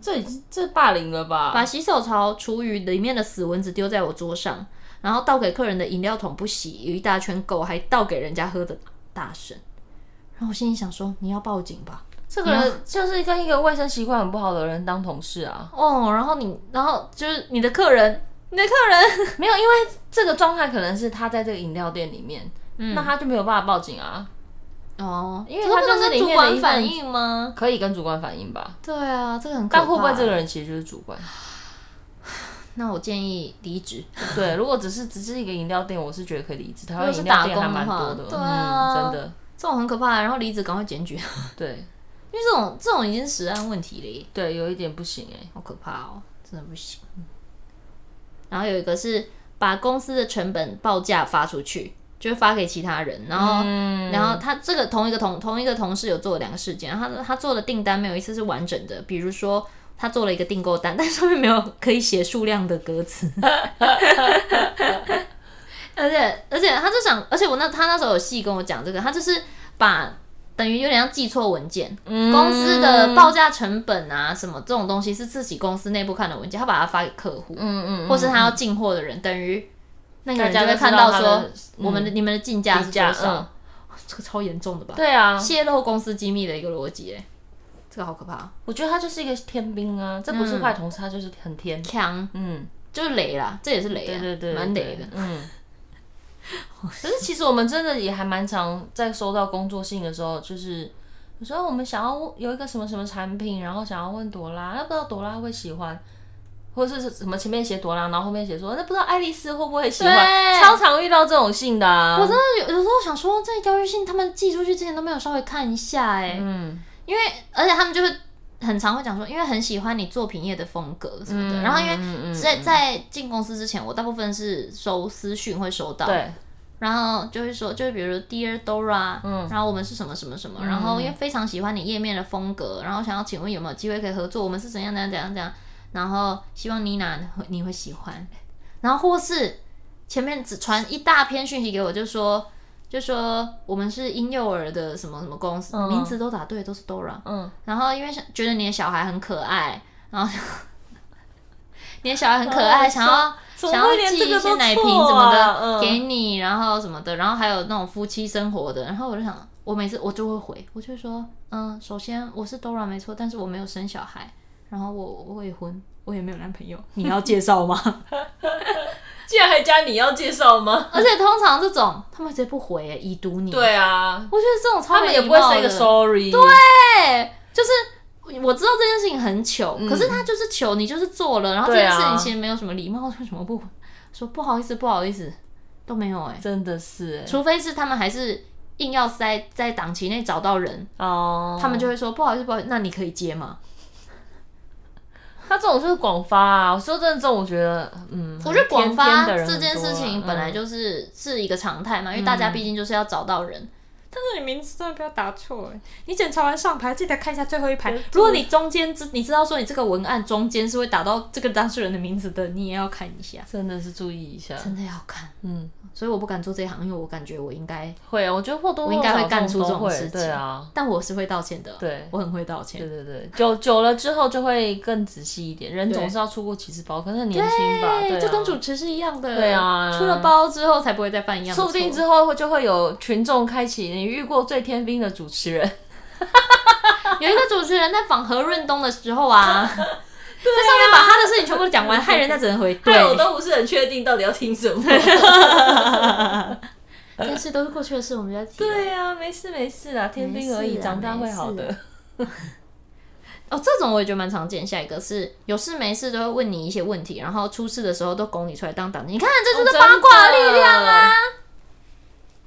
这已经这霸凌了吧？嗯把洗手槽厨余里面的死蚊子丢在我桌上，然后倒给客人的饮料桶不洗，有一大圈狗，还倒给人家喝的大神。然后我心里想说，你要报警吧。这个人就是跟一个卫生习惯很不好的人当同事啊，哦，然后你，然后就是你的客人，你的客人，没有，因为这个状态可能是他在这个饮料店里面，嗯那他就没有办法报警啊，哦，因为他就是里主面的一份管反应吗？可以跟主管反映吧。对啊，这个很可怕。但会不会这个人其实就是主管？那我建议离职。 对，如果只是只是一个饮料店，我是觉得可以离职。台湾如果是饮料店还打工蛮的话多的，对啊嗯，真的，这种很可怕，然后离职赶快检举，因 为对这种这种已经是实案问题了耶，对，有一点不行哎、好可怕哦，真的不行。然后有一个是把公司的成本报价发出去，就是发给其他人，然后、然后他这个同一个同同一个同事有做了两个事件，然后他他做的订单没有一次是完整的，比如说他做了一个订购单，但上面没有可以写数量的歌词。 而且而且他就想，而且我那他那时候有细跟我讲这个，他就是把等于有点像记错文件，嗯公司的报价成本啊什么这种东西是自己公司内部看的文件，他把它发给客户，嗯嗯，或是他要进货的人，等于那个人就大家会都看知道到他说的嗯我们的你们的进价是多价少，嗯这个超严重的吧？对啊，泄露公司机密的一个逻辑欸耶，这个好可怕，我觉得他就是一个天兵啊，这嗯不是坏同事，他就是很天，强嗯，就是雷啦，这也是雷对啊，对对，蛮对雷的， 嗯。可是其实我们真的也还蛮常在收到工作信的时候，就是有时候我们想要有一个什么什么产品，然后想要问朵拉，那不知道朵拉会喜欢，或者是什么前面写朵拉，然后后面写说那不知道爱丽丝会不会喜欢，对超常遇到这种信的、啊。我真的有有时候想说，这邀约信他们寄出去之前都没有稍微看一下哎、嗯，因为而且他们就会很常会讲说，因为很喜欢你作品页的风格什嗯么的。然后因为为在在进公司之前，我大部分是收私讯会收到，对，然后就会说，就是比如 Dear Dora，嗯，然后我们是什么什么什么，然后因为非常喜欢你页面的风格，然后想要请问有没有机会可以合作，我们是怎样怎样怎样怎样，然后希望妮娜会你会喜欢，然后或是前面只传一大篇讯息给我，就说就说我们是婴幼儿的什么什么公司，嗯名字都答对，都是 Dora，嗯，然后因为想觉得你的小孩很可爱，然后 你的小孩很可爱，哦想要怎想么会要连寄这个一都些奶瓶错什么啊嗯的给你，然后什么的，然后还有那种夫妻生活的，然后我就想，我每次我就会回，我就说，嗯，首先我是 Dora 没错，但是我没有生小孩，然后我我未婚，我也没有男朋友，你要介绍吗？ 既然还加你要介绍吗？而且通常这种他们直接不回、已读你，对啊，我觉得这种超他们也不会 say 谁个 sorry，对，对，就是我知道这件事情很糗，可是他就是糗，你就是做了，然后这件事对啊情其实没有什么礼貌，为什么不说不好意思，不好意思都没有哎、真的是哎、除非是他们还是硬要塞在档期内找到人，哦，他们就会说不好意思，不好意思，那你可以接吗？他这种就是广发啊。我说真的，这种我觉得，嗯，我觉得广发天天的人这件很多啊嗯事情本来就是是一个常态嘛，因为大家毕竟就是要找到人。但是你名字真的不要打错哎！你检查完上排，记得看一下最后一排。如果你中间知你知道说你这个文案中间是会打到这个当事人的名字的，你也要看一下，真的是注意一下。真的要看。嗯，所以我不敢做这一行，因为我感觉我应该，会啊，我觉得或多我或应少该会干出这种这种都会事情对啊，但我是会道歉的。，对。我很会道歉对。对对，久久了之后就会更仔细一点。人对总是要出过几次包，可能很年轻吧，对、啊，就跟主持是一样的。对啊出了包之后才不会再犯一样的说错。不定之后就会有群众开启你遇过最天兵的主持人，有一个主持人在访何润东的时候 啊，在上面把他的事情全部都讲完，害人家只能回 对害。我都不是很确定到底要听什么。这件事都是过去的事，我们不要提。对呀、啊，没事没事啊，天兵而没已，事啊长大会好的没。哦，这种我也觉得蛮常见。下一个是有事没事都会问你一些问题，然后出事的时候都拱你出来当挡箭。你看，这哦就是八卦力量啊！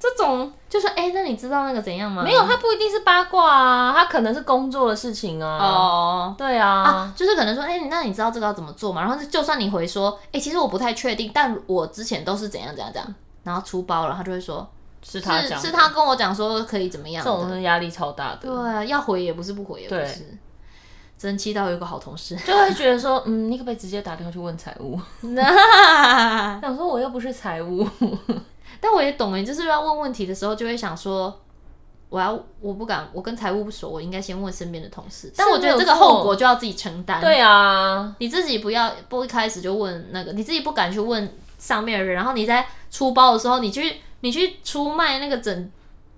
这种就是哎、那你知道那个怎样吗？没有，他不一定是八卦啊，他可能是工作的事情啊。哦。对啊，啊，就是可能说，哎、那你知道这个要怎么做吗？然后就算你回说，哎、其实我不太确定，但我之前都是怎样怎样怎样，然后出包了，他就会说，是他是讲的，是他跟我讲说可以怎么样这种的，是压力超大的，对啊，要回也不是，不回也不对是，真期待有一个好 同事。就会觉得说，嗯，你可不可以直接打电话去问财务？ 那想说我又不是财务，但我也懂哎，就是要问问题的时候就会想说。我要，我不敢，我跟财务不熟，我应该先问身边的同事。但我觉得这没有个错后果就要自己承担。对啊，你自己不要不一开始就问那个，你自己不敢去问上面的人，然后你在出包的时候，你去你去出卖那个拯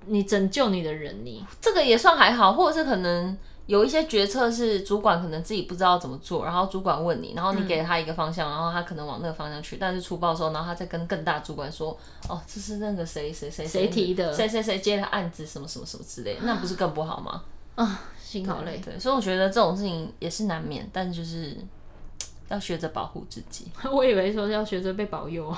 你拯救你的人，你这个也算还好，或者是可能有一些决策是主管可能自己不知道怎么做，然后主管问你，然后你给他一个方向，然后他可能往那个方向去，但是粗暴的时候，然后他再跟更大主管说，哦，这是那个谁谁谁谁提的谁谁谁接的案子，什么什么什么 之类的，那不是更不好吗？啊，心好累。对，所以我觉得这种事情也是难免，但就是要学着保护自己，我以为说是要学着被保 佑，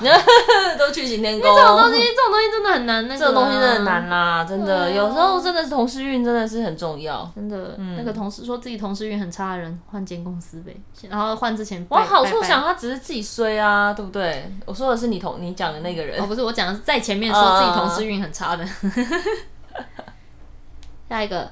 都去行天宫。这种 东西这种东西真的很难，那个这个东西真的很啊难啦，真的，有时候真的是同事运真的是很重要。真的，那个同事说自己同事运很差的人换间公司呗，然后换之前往好拜处拜想，他只是自己衰啊，对不对？我说的是你同你讲的那个人哦，，不是，我讲的是在前面说自己同事运很差的。下一个，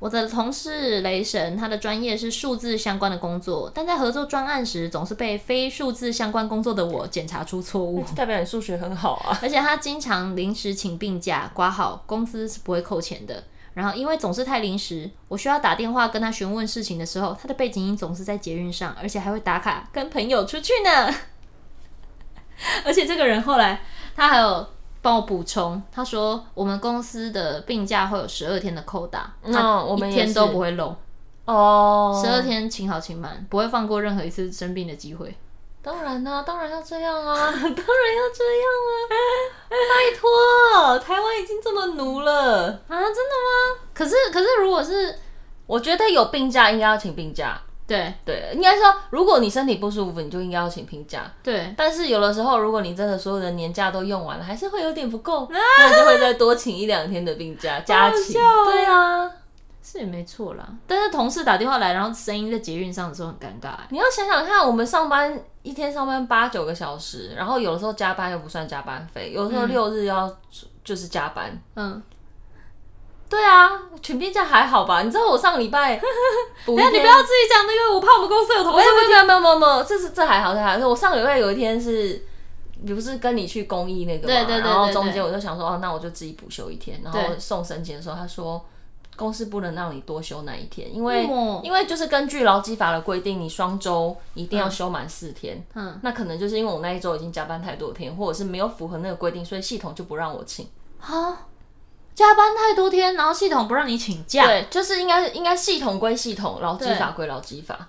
我的同事雷神，他的专业是数字相关的工作，但在合作专案时，总是被非数字相关工作的我检查出错误， 代表你数学很好啊。而且他经常临时请病假，挂号，工资是不会扣钱的。然后因为总是太临时，我需要打电话跟他询问事情的时候，他的背景音总是在捷运上，而且还会打卡跟朋友出去呢。 而且这个人后来他还有帮我补充，他说我们公司的病假会有十二天的扣打，嗯他我们一也天都是嗯不会漏，哦，十二天请好请满，不会放过任何一次生病的机会。当然啦、当然要这样啊，当 然要这样啊，拜托，台湾已经这么奴了，啊，真的吗？可是可是如果是我觉得有病假应该要请病假。对对，应该说，如果你身体不舒服，你就应该要请病假。对，但是有的时候，如果你真的所有的年假都用完了，还是会有点不够，那你就会再多请一两天的病假，加请。啊 好笑哦对啊，是也没错啦，但是同事打电话来，然后声音在捷运上的时候很尴尬、欸。你要想想看，我们上班一天上班八九个小时，然后有的时候加班又不算加班费，有的时候六日要、就是加班。嗯，对啊，请病假还好吧？你知道我上礼拜补一那天，你不要自己讲那个，我怕我们公司有同没事有没有没有没有没有没有，这是这还好这还好。我上个礼拜有一天是，你不是跟你去公益那个嘛，对对对对然后中间我就想说，哦，那我就自己补休一天。然后对送申请的时候，他说。公司不能让你多休那一天，因为为什么因为就是根据劳基法的规定，你双周一定要休满四天。嗯，那可能就是因为我那一周已经加班太多天，或者是没有符合那个规定，所以系统就不让我请。啊，加班太多天，然后系统不让你请假，对，就是应该应该系统归系统，劳基法归劳基法，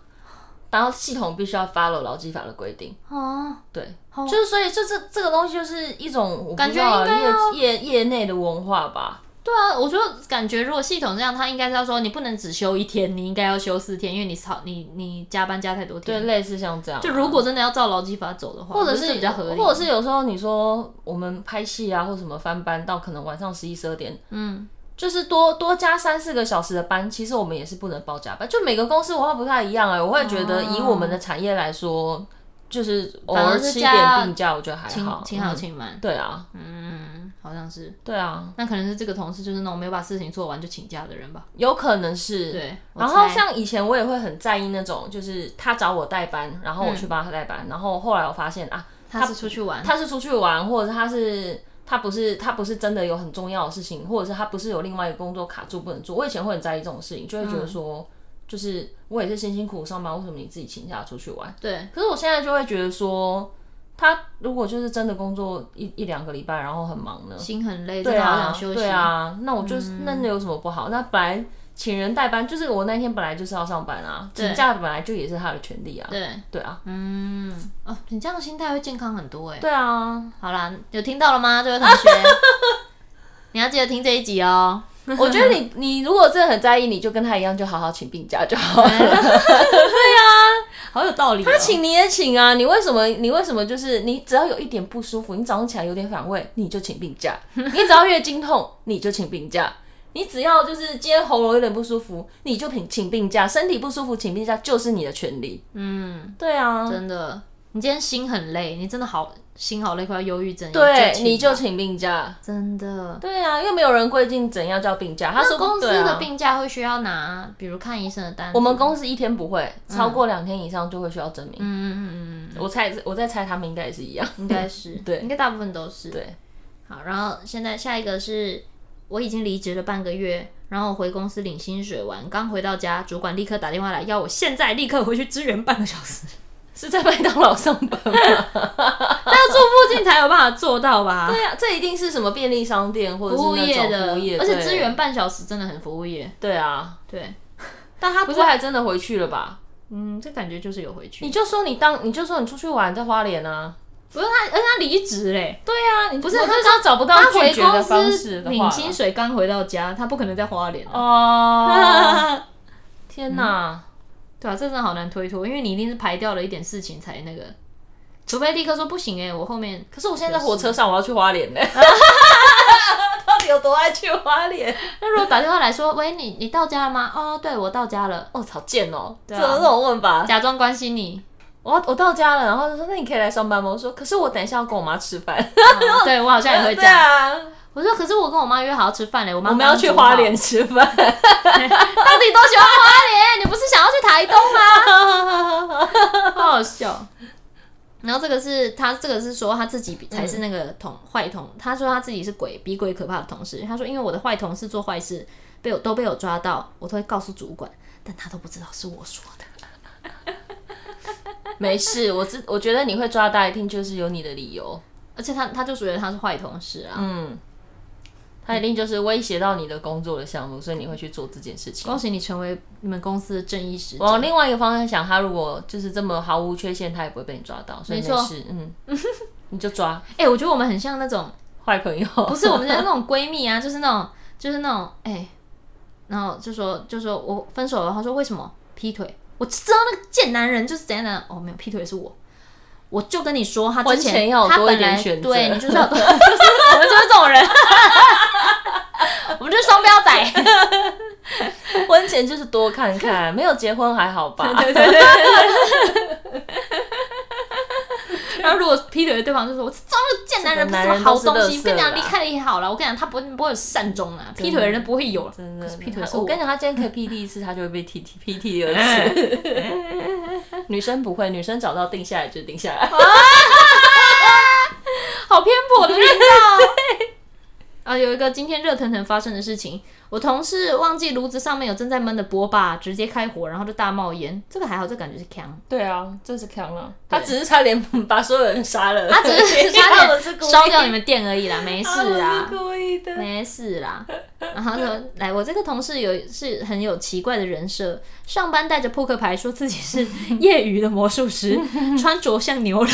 然后系统必须要 follow 劳基法的规定。啊，对，好就是所以这这这个东西就是一种我不感觉知道啊应该要业业业内的文化吧。对啊，我就感觉如果系统这样，他应该是要说你不能只休一天，你应该要休四天，因为你操你你加班加太多对，天。类似像这样啊、就如果真的要照劳基法走的话，或者我觉是得这比较合理，或者是有时候你说我们拍戏啊，或什么翻班到可能晚上十一十二点，嗯，就是多多加三四个小时的班，其实我们也是不能报加班。就每个公司文化不太一样哎、我会觉得以我们的产业来说，就是偶哦反而尔是吃一加点病假，我觉得还请好。请好嗯请满，对啊，嗯，好像是。对啊，那可能是这个同事就是那种没有把事情做完就请假的人吧。有可能是。对，我然后猜像以前我也会很在意那种，就是他找我代班，然后我嗯去帮他代班，然后后来我发现啊，他是出去玩，他是出去玩，或者是他是他不是他不是真的有很重要的事情，或者是他不是有另外一个工作卡住不能做。我以前会很在意这种事情，就会觉得说，就是我也是辛辛苦苦上班，为什么你自己请假出去玩？对，可是我现在就会觉得说，他如果就是真的工作一一两个礼拜，然后很忙呢，心很累，嗯真对的好啊想，休息。对啊，那我就是、那那有什么不好？那本来请人代班，就是我那天本来就是要上班啊，请假本来就也是他的权利啊，对，对啊，嗯，哦，你这样心态会健康很多哎。对啊，好啦，有听到了吗，这位同学？你要记得听这一集哦。 我觉得你你如果真的很在意，你就跟他一样，就好好请病假就好了。啊 好有道理、哦。他请你也请啊，你为什么你为什么就是你只要有一点不舒服，你早上起来有点反胃，你就请病假；你只要月经痛，你就请病假；你只要就是今天喉咙有点不舒服，你就请请病假；身体不舒服请病假就是你的权利。嗯，对啊，真的，你今天心很累，你真的好心好累，快要忧郁症。对，请你吧就请病假。真的。对啊，又没有人规定怎样叫病假。他说那公司对的啊，病假会需要拿，比如看医生的单子。我们公司一天不会超过两天以上就会需要证明。嗯嗯嗯嗯嗯，我猜我在猜他们应该也是一样。应该是 对应该大部分都是。对，好，然后现在下一个是我已经离职了半个月，然后回公司领薪水完，刚回到家，主管立刻打电话来，要我现在立刻回去支援半个小时。是在麦当劳上班吗？那 要住附近才有办法做到 吧？对呀、啊这一定是什么便利商店或者是服务那业种的，服务业，而且对支援半小时真的很服务业。对啊，对，但他不是还真的回去了吧？嗯，这感觉就是有回去。你就说你当，你就说你出去玩在花莲啊，不是他，而且他离职嘞，对啊，你不是我就他是要找不到他拒回绝的公方司式的领话薪水，刚回到家，他不可能在花莲 啊。哦，天哪，对啊，这真的好难推脱，因为你一定是排掉了一点事情才那个，除非立刻说不行哎、我后面可是我现在在火车上，我要去花莲呢、 到底有多爱去花莲？那如果打电话来说，喂，你你到家了吗？哦，对我到家了，哦，好贱哦！这啊这种问法，假装关心你。我我到家了，然后就说那你可以来上班吗？我说可是我等一下要跟我妈吃饭，哦对我好像也会 这对样。啊，我说，可是我跟我妈约好要吃饭嘞，我妈我我们要去花莲，吃饭。到底多喜欢花莲？你不是想要去台东吗？好好笑。然后这个是他，这个是说他自己比才是那个同、坏同，他说他自己是鬼，比鬼可怕的同事。他说，因为我的坏同事做坏事被我都被我抓到，我都会告诉主管，但他都不知道是我说的。 没事，我知，我觉得你会抓大一定就是有你的理由，而且他他就觉得他是坏同事啊。嗯，他一定就是威胁到你的工作的项目，所以你会去做这件事情。恭喜你成为你们公司的正义使者。往另外一个方向想，他如果就是这么毫无缺陷，他也不会被你抓到，所以没没错事，嗯， 你就抓哎、我觉得我们很像那种，坏朋友，不是我们的那种闺蜜啊，就是那种，就是那种，哎、然后就说就说我分手了，她说为什么劈腿？我知道那个贱男人就是怎样怎样，哦，没有劈腿是我。我就跟你说，他之婚前前要有他多一本点来选择对你就是要， 就是我们就是这种人， 我们就是双标仔。 婚前就是多看看，没有结婚还好吧？ 对对对对对 然后如果劈腿的对方就说：“我装了贱男人，不这是个什么好男人东都是西，垃圾啊跟你讲啦离开了也好了。”我跟你讲，他不会不会有善终啊，劈腿的人不会有了。真可的是劈腿是我跟你你讲，他今天可以劈第一次，他就会被踢踢劈第二次。女生不会，女生找到定下来就定下来。好偏颇的频道。啊，有一个今天热腾腾发生的事情，我同事忘记炉子上面有正在焖的波霸，直接开火，然后就大冒烟。这个还好，这感觉是强，对啊，这是强了，他只是差点 把所有人杀了，啊他只 他是差们点是故意烧掉你们店而已啦，没事啊。他们是故意的。没事啦。然后说，来，我这个同事有是很有奇怪的人设，上班带着扑克牌，说自己是业余的魔术师，穿着像牛郎，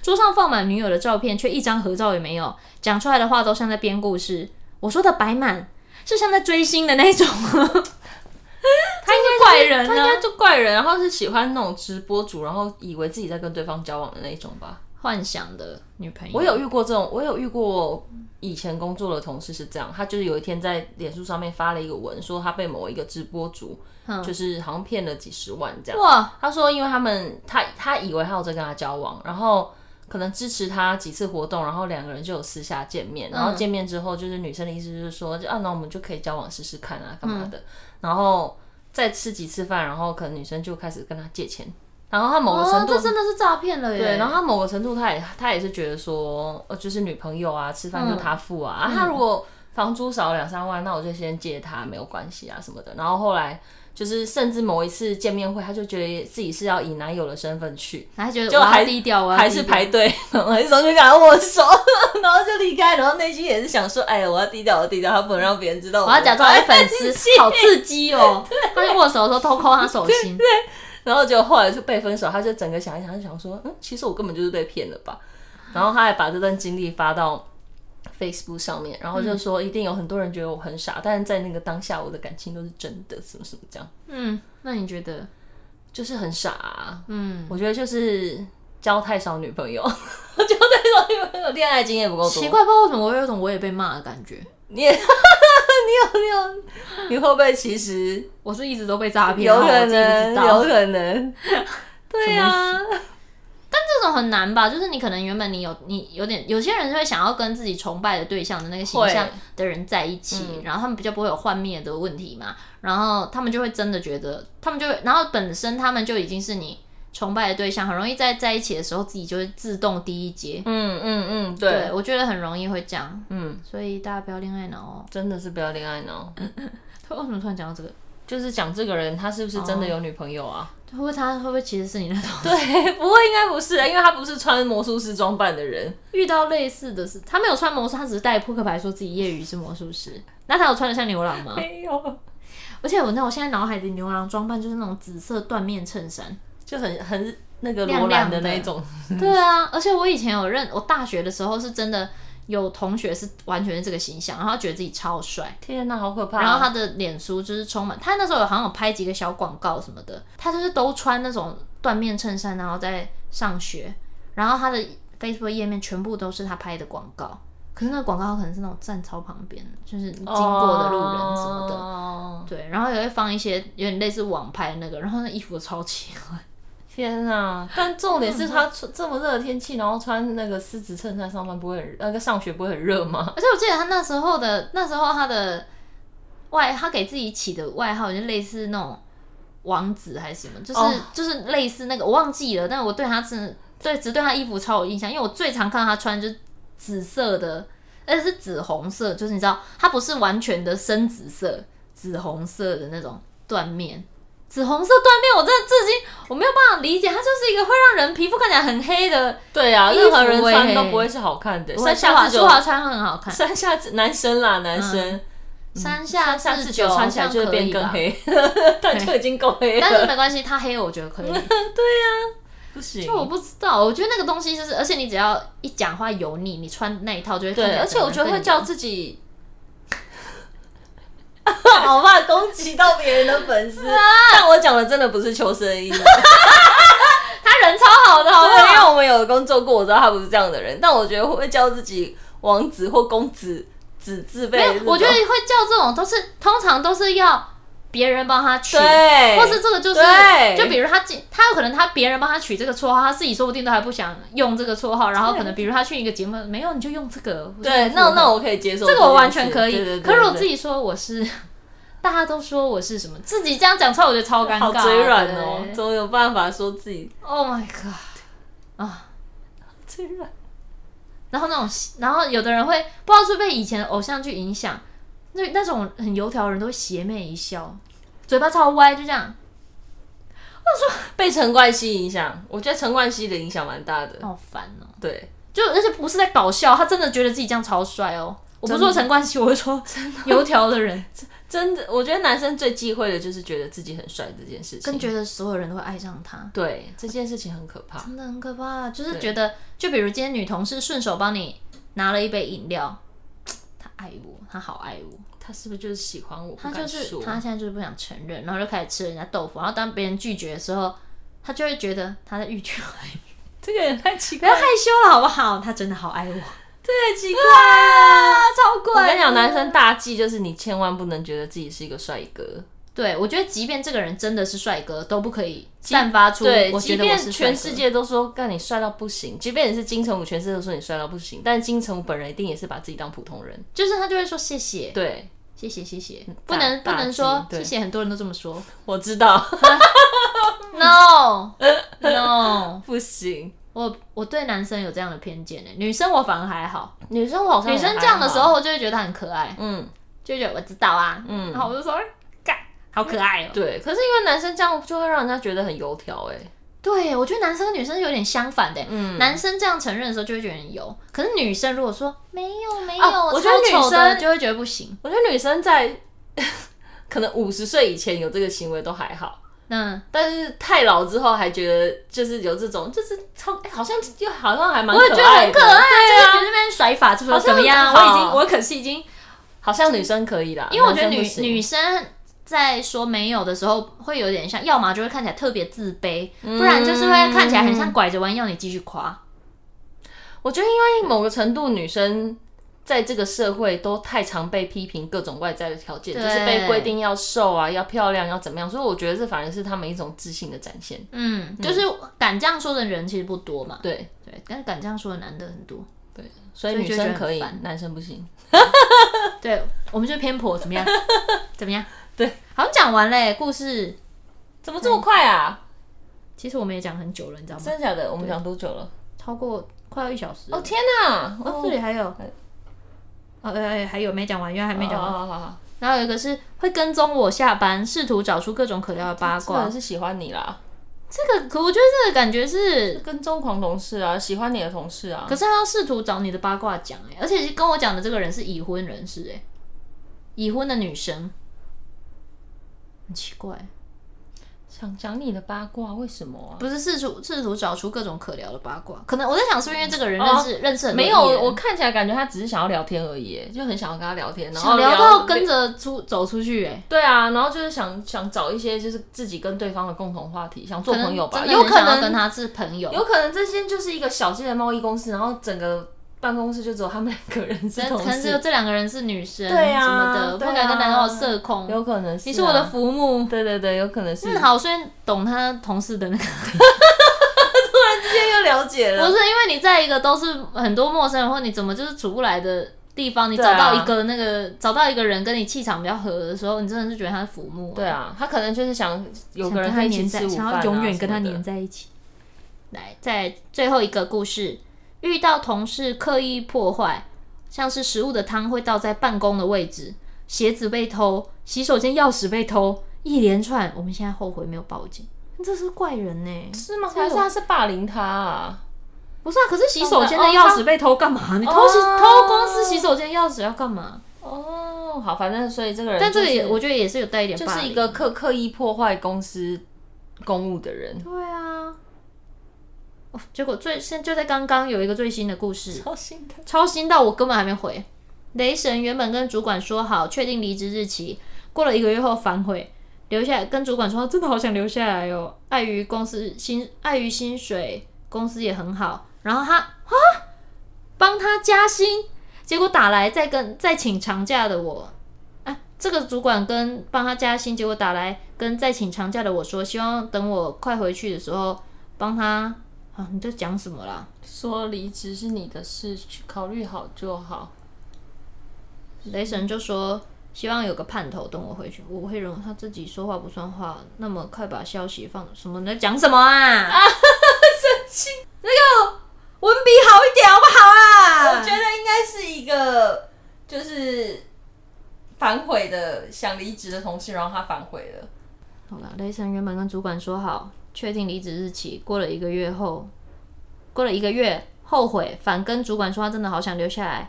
桌上放满女友的照片，却一张合照也没有，讲出来的话都像在编故事。我说的摆满是像在追星的那种，他应该怪人啊他应呢。该就怪人，然后是喜欢那种直播主，然后以为自己在跟对方交往的那种吧。幻想的女朋友，我有遇过这种，我有遇过以前工作的同事是这样，他就是有一天在脸书上面发了一个文，说他被某一个直播主，嗯就是好像骗了几十万这样。哇，他说，因为他们他他以为他有在跟他交往，然后可能支持他几次活动，然后两个人就有私下见面，然后嗯见面之后，就是女生的意思就是说，就啊，那我们就可以交往试试看啊，干嘛的，然后再吃几次饭，然后可能女生就开始跟他借钱，然后他某个哦，程度、这真的是诈骗了耶！对，然后他某个程度，他也他也是觉得说，呃，就是女朋友啊，吃饭就他付嗯啊，啊，他如果房租少两三万，那我就先借他，没有关系啊什么的。然后后来就是，甚至某一次见面会，他就觉得自己是要以男友的身份去，还觉得就我要还低调，我要啊还低是调排队，然后同学敢握手， 然后就离开，然后内心也是想说，哎呀，我要低调，我要低调，他不能让别人知道我我要假 装哎是粉丝，好刺激哦！他在握手的时候偷抠他手心，然后就后来就被分手，他就整个想一想，就想说，嗯，其实我根本就是被骗了吧。然后他还把这段经历发到 Facebook 上面，然后就说一定有很多人觉得我很傻，但是在那个当下，我的感情都是真的，什么什么这样，嗯，那你觉得？就是很傻、啊。嗯，我觉得就是交太少女朋友， 交太少女朋友，恋爱经验不够多。奇，怪，不知道为什么我有一种我也被骂的感觉。你也 你有你有，你会不会其实我是一直都被诈骗，有然后我可自己不能知有道。可能？对啊，这种很难吧？就是你可能原本你有你有点有些人会想要跟自己崇拜的对象的那个形象会嗯的人在一起，然后他们比较不会有幻灭的问题嘛，然后他们就会真的觉得，他们就会，然后本身他们就已经是你崇拜的对象，很容易在在一起的时候自己就会自动低一阶。嗯嗯嗯，对，对，我觉得很容易会这样，嗯，所以大家不要恋爱脑哦。真的是不要恋爱脑。为什么突然讲到这个？就是讲这个人他是不是真的有女朋友啊？会不会他会不会其实是你那哦 种 对，不会，应该不是啊，因为他不是穿魔术师装扮的人。遇到类似的事？他没有穿魔术，他只是带扑克牌说自己业余是魔术师。那他有穿的像牛郎 吗？没有，而且我那我现在脑海里牛郎装扮就是那种紫色缎面衬衫。就很很那个亮罗亮兰的的那一种。对啊，而且我以前有认，我大学的时候是真的有同学是完全是这个形象，然后他觉得自己超帅。天哪，好可怕啊！然后他的脸书就是充满，他那时候有好像有拍几个小广告什么的，他就是都穿那种缎面衬衫，然后在上学，然后他的 Facebook 页面全部都是他拍的广告，可是那个广告可能是那种站超旁边，就是经过的路人什么的，哦对，然后也会放一些有点类似网拍那个，然后那衣服超奇怪，天哪！但重点是 他穿这么热的天气，然后穿那个丝质衬衫上班不会很那个上学不会很热吗？而且我记得他那时候的那时候他的外，他给自己起的外号就类似那种王子还是什么，就是、哦就是类似那个我忘记了，但我对他真的对只对他衣服超有印象，因为我最常看到他穿就是紫色的，而且是紫红色，就是你知道它不是完全的深紫色，紫红色的那种缎面。紫红色缎面，我真的至今我没有办法理解，它就是一个会让人皮肤看起来很黑的。 对啊，衣服任何人穿欸都不会是好嗯看的。我山舒华下智舒久，华穿很 好看，山下智男生啦，男生山下山下智智久久穿起来好像就会可变以更吧，黑， 但就已经够黑 但是了，没关系，他黑我觉得可 以。不行。就我不知道，我觉得那个东西就是，而且你只要一讲话油腻，你穿那一套就会看起对，来而且我觉得会整个人叫自己， 好怕攻击到别人的粉 啊丝。但我讲的真的不是求生意，对，更他人超好的，好不因好？为我们有工作过，我知道他不是这样的人。但我觉得会叫自己王子或公子、子字辈没这有种，，我觉得会叫这种都是通常都是要别人帮他取，对，或是这个就是，对就比如他进，他有可能他别人帮他取这个绰号，他自己说不定都还不想用这个绰号，然后可能比如他去一个节目，没有你就用这个，对，那那我可以接受这件事，个我完全可对对以。对可是我自对己说我是，大家都说我是什么，自己这样讲出来，我觉得超尴尬，好嘴软哦，对怎么有办法说自己 Oh my god！啊，嘴软？然后那种，然后有的人会不知道是不是被以前的偶像剧影响，那那种很油条的人都会邪魅一笑，嘴巴超歪，就这样，被陈冠希影响，我觉得陈冠希的影响蛮大的。好烦哦、对，就而且不是在搞笑，他真的觉得自己这样超帅哦。我不是说陈冠希，我是说油条的人，真的，我觉得男生最忌讳的就是觉得自己很帅这件事情。真觉得所有人都会爱上他，对这件事情很可怕。真的很可怕。就是觉得，就比如今天女同事顺手帮你拿了一杯饮料，他爱我，他好爱我。他是不是就是喜欢我？他不就敢是说他现在就是不想承认，然后就开始吃人家豆腐，然后当别人拒绝的时候，他就会觉得他在欲拒还迎，这个人太奇 不怪要害羞了好不好？他真的好爱我，太奇怪啊了。啊超我跟你讲，男生大忌就是你千万不能觉得自己是一个帅哥，对，我觉得即便这个人真的是帅哥，都不可以散发出对，我即觉得我便是帅全哥世界都说干你帅到不行，即便你是金城武，全世界都说你帅到不行，但金城武本人一定也是把自己当普通人。就是他就会说谢谢，对，谢谢谢谢，不大能不大能忌说对谢谢，很多人都这么说。我知道， No No，不行。我我对男生有这样的偏见呢，女生我反而还好，女生我好像女也生还这样的时好，候我就会觉得很可爱，嗯，就觉得我知道啊，嗯，然后我就说哎干，好可爱哦。对。可是因为男生这样就会让人家觉得很油条，哎，对，我觉得男生跟女生有点相反的，欸嗯男生这样承认的时候就会觉得很油，可是女生如果说没有没有，哦我觉超得女丑的生就会觉得不行。我觉得女生在 可能五十岁以前有这个行为都还好。嗯，但是太老之后还觉得就是有这种，就是超、哎好像又好像还蛮我也觉可得爱很的，可爱，对就是啊觉得，那边甩法，就说好像怎么样？很我好已经我可是已经好像女生可以啦，因为我觉得女男生不行女生在说没有的时候，会有点像，要么就会看起来特别自卑，嗯不然就是会看起来很像拐着弯要你继续夸。嗯我觉得因为某个程度，女生在这个社会都太常被批评各种外在的条件，对就是被规定要瘦啊，要漂亮，要怎么样，所以我觉得这反而是她们一种自信的展现。嗯，就是敢这样说的人其实不多嘛。对对，但敢这样说的男的很 多。对，所以所以女就觉得生很可以烦，男生不行。对，我们就偏 颇，怎么样？怎么样？对，好像讲完嘞，故事怎么这么快啊？其实我们也讲很久了，你知道吗？真的假的？我们讲多久了？超过快要一小时了。哦天哪！哦，哦哦这里还有，哦，哎、还有没讲完，原来还没讲好完。好好好，然后有一个是会跟踪我下班，试图找出各种可聊的八这个卦人。是喜欢你啦，这个可我觉得这个感觉是，跟踪狂同事啊，喜欢你的同事啊可。是他要试图找你的八卦讲哎、而且跟我讲的这个人是已婚人士哎、已婚的女生，很奇怪，想讲你的八卦，为什么啊？不是试图试图找出各种可聊的八卦，可能我在想是不是因为这个人认识、认识很多哦没有，艺人我看起来感觉他只是想要聊天而已耶，就很想要跟他聊天，然后想哦聊到跟着出走出去哎、对啊，然后就是想想找一些就是自己跟对方的共同话题，想做可能朋友吧，真的有很可想要能跟他是朋友，有可能这些就是一个小型的贸易公司，然后整个办公室就只有他们两个人是可同能只有事，这两个人是女生对啊什么的，对啊不敢跟男友社恐。有可能是、啊你是我的，浮木，对对对，有可能是。嗯，，好，我虽然懂他同事的那个今天又了解不了是，因为你在一个都是很多陌生人，或你怎么就是处不来的地方，你对啊找到一个那个、找到一个人跟你气场比较合的时候，你真的是觉得他是浮木、对，啊，他可能就是想有想跟个人他可以一黏起在，吃午饭、想啊、要永远跟他什么的黏在一起。来，在最后一个故事，遇到同事刻意破坏，像是食物的汤会倒在办公的位置，鞋子被偷，洗手间钥匙被偷，一连串，我们现在后悔没有报警。这是怪人呢、是吗？还是他是霸凌他啊？不是啊，可是洗手间的哦钥他匙被偷干嘛？你偷洗、哦偷公司洗手间钥匙要干嘛？哦，好，反正所以这个人、但这个也、就是我觉得也是有带一点就霸凌，是一个刻刻意破坏公司公务的人，对啊。哦，结果最现就在刚刚有一个最新的故事，超心疼。超新到我根本还没回。雷神原本跟主管说好，确定离职日期，过了一个月后反悔，留下来跟主管说真的好想留下来哦，碍于公司薪，碍于薪水，公司也很好，然后他啊帮他加薪，结果打来再跟再请长假的我，哎，这个主管跟帮他加薪，结果打来跟再请长假的我说，希望等我快回去的时候帮他啊，你在讲什么啦？说离职是你的事，去考虑好就好。雷神就说希望有个盼头，等我回去。我会认为他自己说话不算话，那么快把消息放什么？你在讲什么啊？啊，生气！那个文笔好一点好不好啊？我觉得应该是一个就是反悔的，想离职的同事，然后他反悔了。好了，雷神原本跟主管说好，确定离职日期，过了一个月后，过了一个月后悔，反跟主管说他真的好想留下来，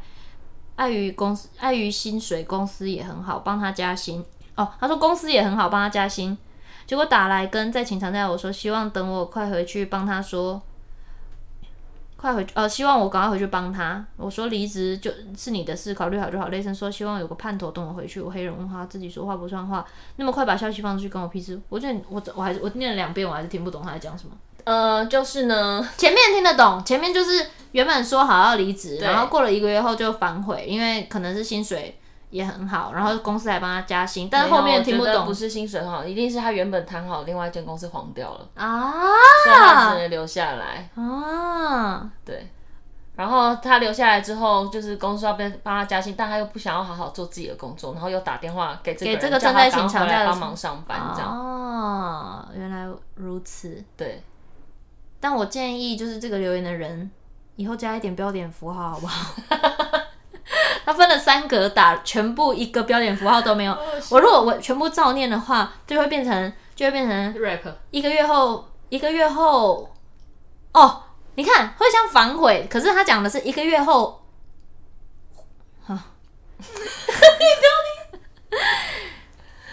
碍于公司碍于薪水，公司也很好，帮他加薪。哦，他说公司也很好，帮他加薪。结果打来跟在请长假，我说希望等我快回去帮他说，快回去呃，希望我赶快回去帮他。我说离职就是你的事，考虑好就好。雷神说希望有个盼头等我回去。我黑人问号，自己说话不算话，那么快把消息放出去，关我屁事。我觉得我我还是我念了两遍，我还是听不懂他在讲什么。呃，就是呢，前面听得懂，前面就是原本说好要离职，对然后过了一个月后就反悔，因为可能是薪水也很好，然后公司还帮他加薪，但是后面听不不懂不是薪水很好，一定是他原本谈好，另外一间公司黄掉了，啊所以他只能留下来。啊，对，然后他留下来之后，就是公司要帮帮他加薪，但他又不想要好好做自己的工作，然后又打电话给这个给人这个叫正在他赶请快长假来的帮忙上班，这样、哦，原来如此。对。但我建议就是这个留言的人以后加一点标点符号，好不好？ 他分了三格打，全部一个标点符号都没有。我如果我全部照念的话，就会变成就会变成 rap 一个月后，一个月后，哦，你看会像反悔，可是他讲的是一个月后， 啊，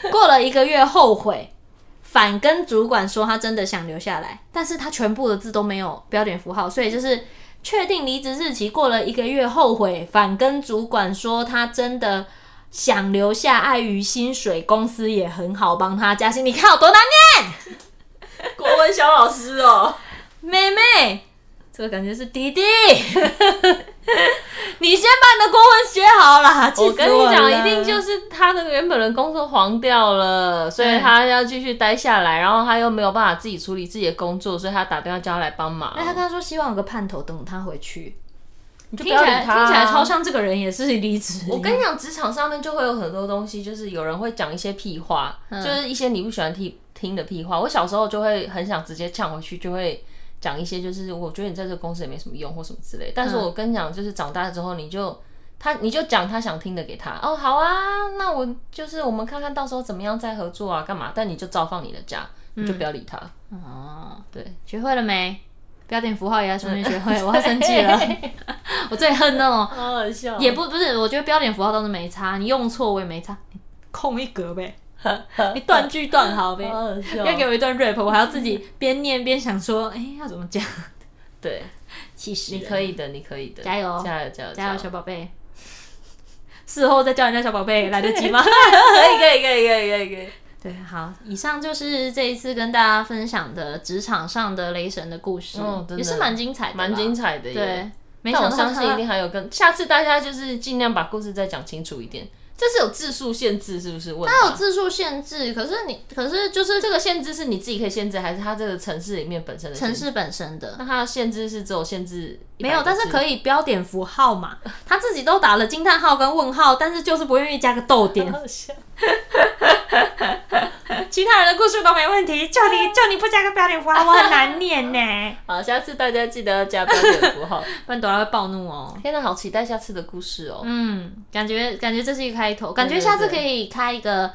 你过了一个月后悔，反跟主管说他真的想留下来，但是他全部的字都没有标点符号，所以就是确定离职日期过了一个月后悔，反跟主管说他真的。想留下，碍于薪水，公司也很好帮他加薪。你看有多难念。国文小老师哦，妹妹，这个感觉是弟弟。 你先把你的国文学好啦！ 气死我跟你讲，了一定就是他的原本的工作黄掉嗯了，所以他要继续待下来，然后他又没有办法自己处理自己的工作，所以他打电话叫他来帮忙那。哎他跟他说希望有个盼头等他回去，你就听起来他啊听起来超。像这个人也是离职。我跟你讲，职场上面就会有很多东西，就是有人会讲一些屁话，嗯就是一些你不喜欢听听的屁话。我小时候就会很想直接呛回去，就会讲一些就是我觉得你在这个公司也没什么用或什么之类。但嗯是我跟你讲，就是长大之后你就。他你就讲他想听的给他哦，好啊，那我就是我们看看到时候怎么样再合作啊，干嘛？但你就照放你的假，你就嗯不要理他。哦，对，学会了没？标点符号也要顺便学 会，我要生 气了。我最恨那种，好好笑，也不不是，我觉得标点符号倒是没差，你用错我也没差，空一格 呗，你断句断好呗。好好笑要给我一段 rap，我还要自己边念边想说，哎、要怎么讲？对，其实你可以的，你可以的，加油哦加油，加油，加油，小宝贝！ 事后再叫人家小宝贝来得 及吗？可以，可以，可以，可以，可以，可以。对，好，以上就是这一次跟大家分享的职场上的雷神的故事，哦嗯真的也是蛮精彩的，蛮精彩。彩的耶。对，，没但想我到相信一定他还有更，下次大家就是尽量把故事再讲清楚一点。这是有字数限制，是不是？问它有吧字数限制，可是你可是就是这个限制是你自己可以限制，还是它这个城市里面本身的城城？市本身的那。它的限制是只有限制没没有，但是可以标点符号嘛？ 他自己都打了惊叹号跟问号，但是就是不愿意加个逗点。 其他人的故事都没问题，就 你就你不加个标点符号，我很难念呢。好，下次大家记得要加标点符 号。不然朵拉会暴怒哦。天哪，好期待下次的故事哦！嗯，感觉感觉这是一个开头，感觉对下次可对以开一个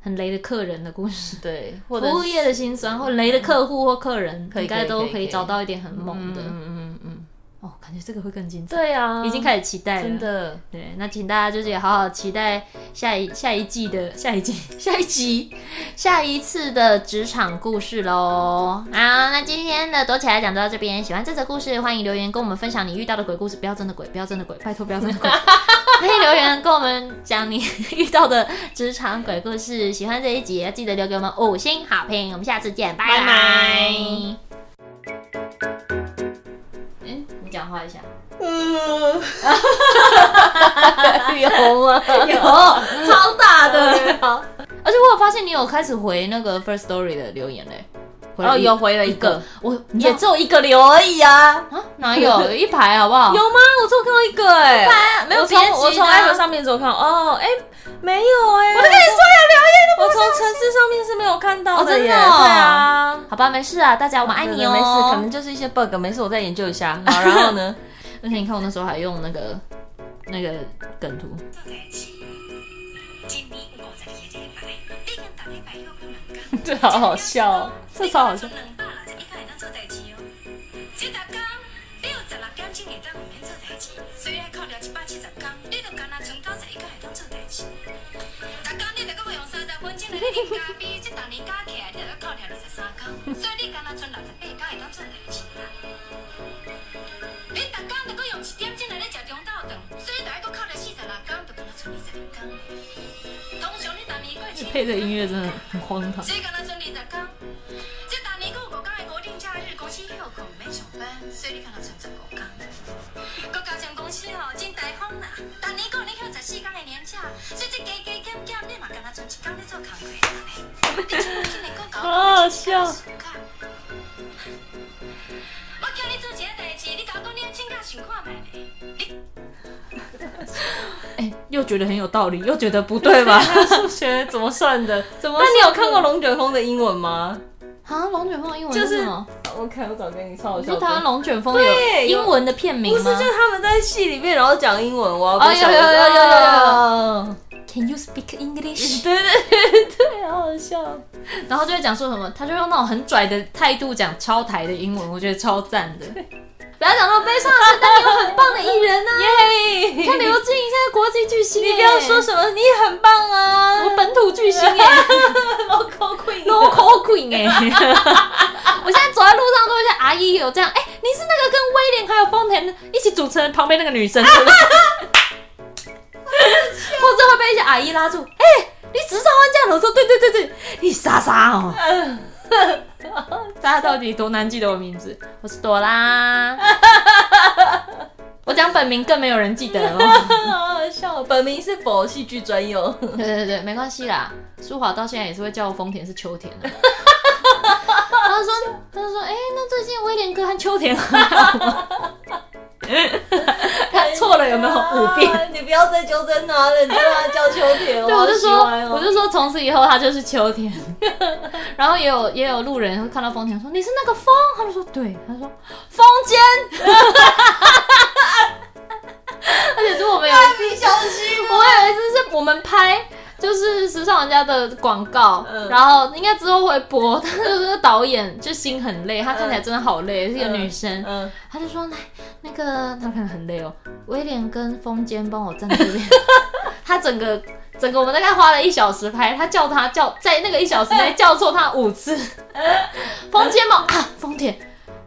很雷的客人的故事，对，或者服务业的辛酸，或雷的客户或客人，以应该都可以可可以以找到一点很猛嗯的。嗯嗯嗯，哦，感觉这个会更精彩，对啊，已经开始期待了。真的对，那请大家就是也好好期待下一下一季的下一季 下一集下一次的职场故事喽。好，那今天的躲起来讲就到这边，喜欢这则故事欢迎留言跟我们分享你遇到的鬼故事，不要真的鬼，不要真的鬼，拜托不要真的鬼。可以留言跟我们讲你遇到的职场鬼故事，喜欢这一集也记得留给我们五星好评，我们下次见，拜拜拜嗯，你讲话一下。 有啊，有 超大的。 而且我有发现你有开始回那个 First Story 的留言嘞、回了哦，一有回了一 个，我你也也只有一个留而已啊。啊哪有 有一排好不好？有吗？我只有看到一个哎、啊没有我别从集的啊我从 app 上面只有看到哦，哎、没有哎、我我跟你说有留言我从城市上面是没有看到哦真的耶，哦对啊。好吧，没事啊，大家我们爱你哦。没事，可能就是一些 bug，没事，我再研究一 下。好，然后呢？而且你看我那时候还用那个那个梗图，对，好好笑、 哦，这超好笑。这大工你有十六点钟会当毋免做代志，所以爱扣了一百七十工，你著干那存到十一个会当做代志。逐工你著搁要用三十分钟来啉咖啡，这逐年加起来你著搁扣了二十三工，所以你干那存六十八工会当做代志啦。你逐工著搁用一点钟来咧食中昼顿，所以著爱搁扣了四十六工，著干那存二十五工。通常你逐年过一配的音乐真的很荒 唐。所以干那剩二十工，这逐年有五天的国定假日，公司休困毋免上班，所以你干那剩十五天。搁加上公司吼真大方啦，逐年有你休十四天的年假，所以笑我叫你做一个代志，你甲我讲你要请假想看卖咧。又觉得很有道理，又觉得不对 吧？数学怎么算的？怎么那算呢？你有看过龙卷风的英文吗？啊，龙卷风的英文就是什么？我看我找给你超好你说笑的。台湾龙卷风有对有英文的片名不吗？是，就是他们在戏里面，然后讲英文，我要哦，被有笑有死。有有有有， Can you speak English？对对对，好好 笑。然后就会讲说什么，他就用那种很拽的态度讲超台的英文，我觉得超赞的。不要讲那么悲伤的事，但你有很棒的艺人啊！ 耶！你你看刘静现在国际巨星耶，你欸不要说什么，你很棒啊！我本土巨星欸耶 local queen， ，local queen 哎。我现在走在路上都会像阿姨有这样，哎、你是那个跟威廉还有丰田一起主持人旁边那个女生，对不对 或者会被一些阿姨拉住，哎、你时尚玩家，我说对对对对，你莎莎哦。大家到底多难记得我名字？我是朵拉。 我讲本名更没有人记得了。好好笑。本名是否戏剧专用？对对对，没关系啦。舒华到现在也是会叫我丰田是秋田的。他说，他说，哎、那最近威廉哥和秋田很好吗？他错了有没有五遍？啊你不要再纠正他了，你叫他叫秋田。对，我就说好喜欢，哦我就说，从此以后他就是秋田。 然后也有也有路人会看到丰田说你是那个风，他就说对，他说风间。 而且是我们有一次，我有一次是我们拍。就是时尚玩家的广告，嗯然后应该之后会播。但是那个导演就心很累，她看起来真的好累，是一个嗯女生。嗯，他就说来那个，他可能很累哦，威廉跟风间帮我站这边。 他整个整个我们大概花了一小时拍，他叫他叫在那个一小时内叫错他五次，风间嘛啊丰田，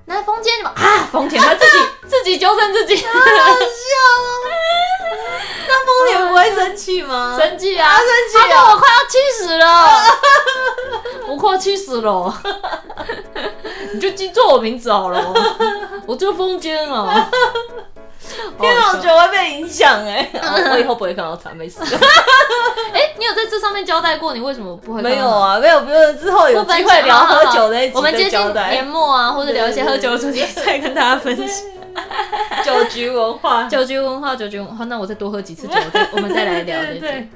那风间嘛啊丰田，他自 己自己纠正自 己，那风田不会生气吗？ 生气啊哦生气他啊说我快要气死了，我快要气死了，你就记错我名字好了，我就风间哦 了。天哪，我觉得我会被影响 哎。我以后不会看到他，没事。哎、你有在这上面交代过你为什么不会看到没有吗啊，没有，不用。之后有不分机会聊享喝酒那一集好好好我们接再交近年代末啊，或者聊一些喝酒的主题，再跟大家分享。酒局文化。 啊酒局文化，酒局文化。那我再多喝几次酒，我再我们再来聊。对对对对对。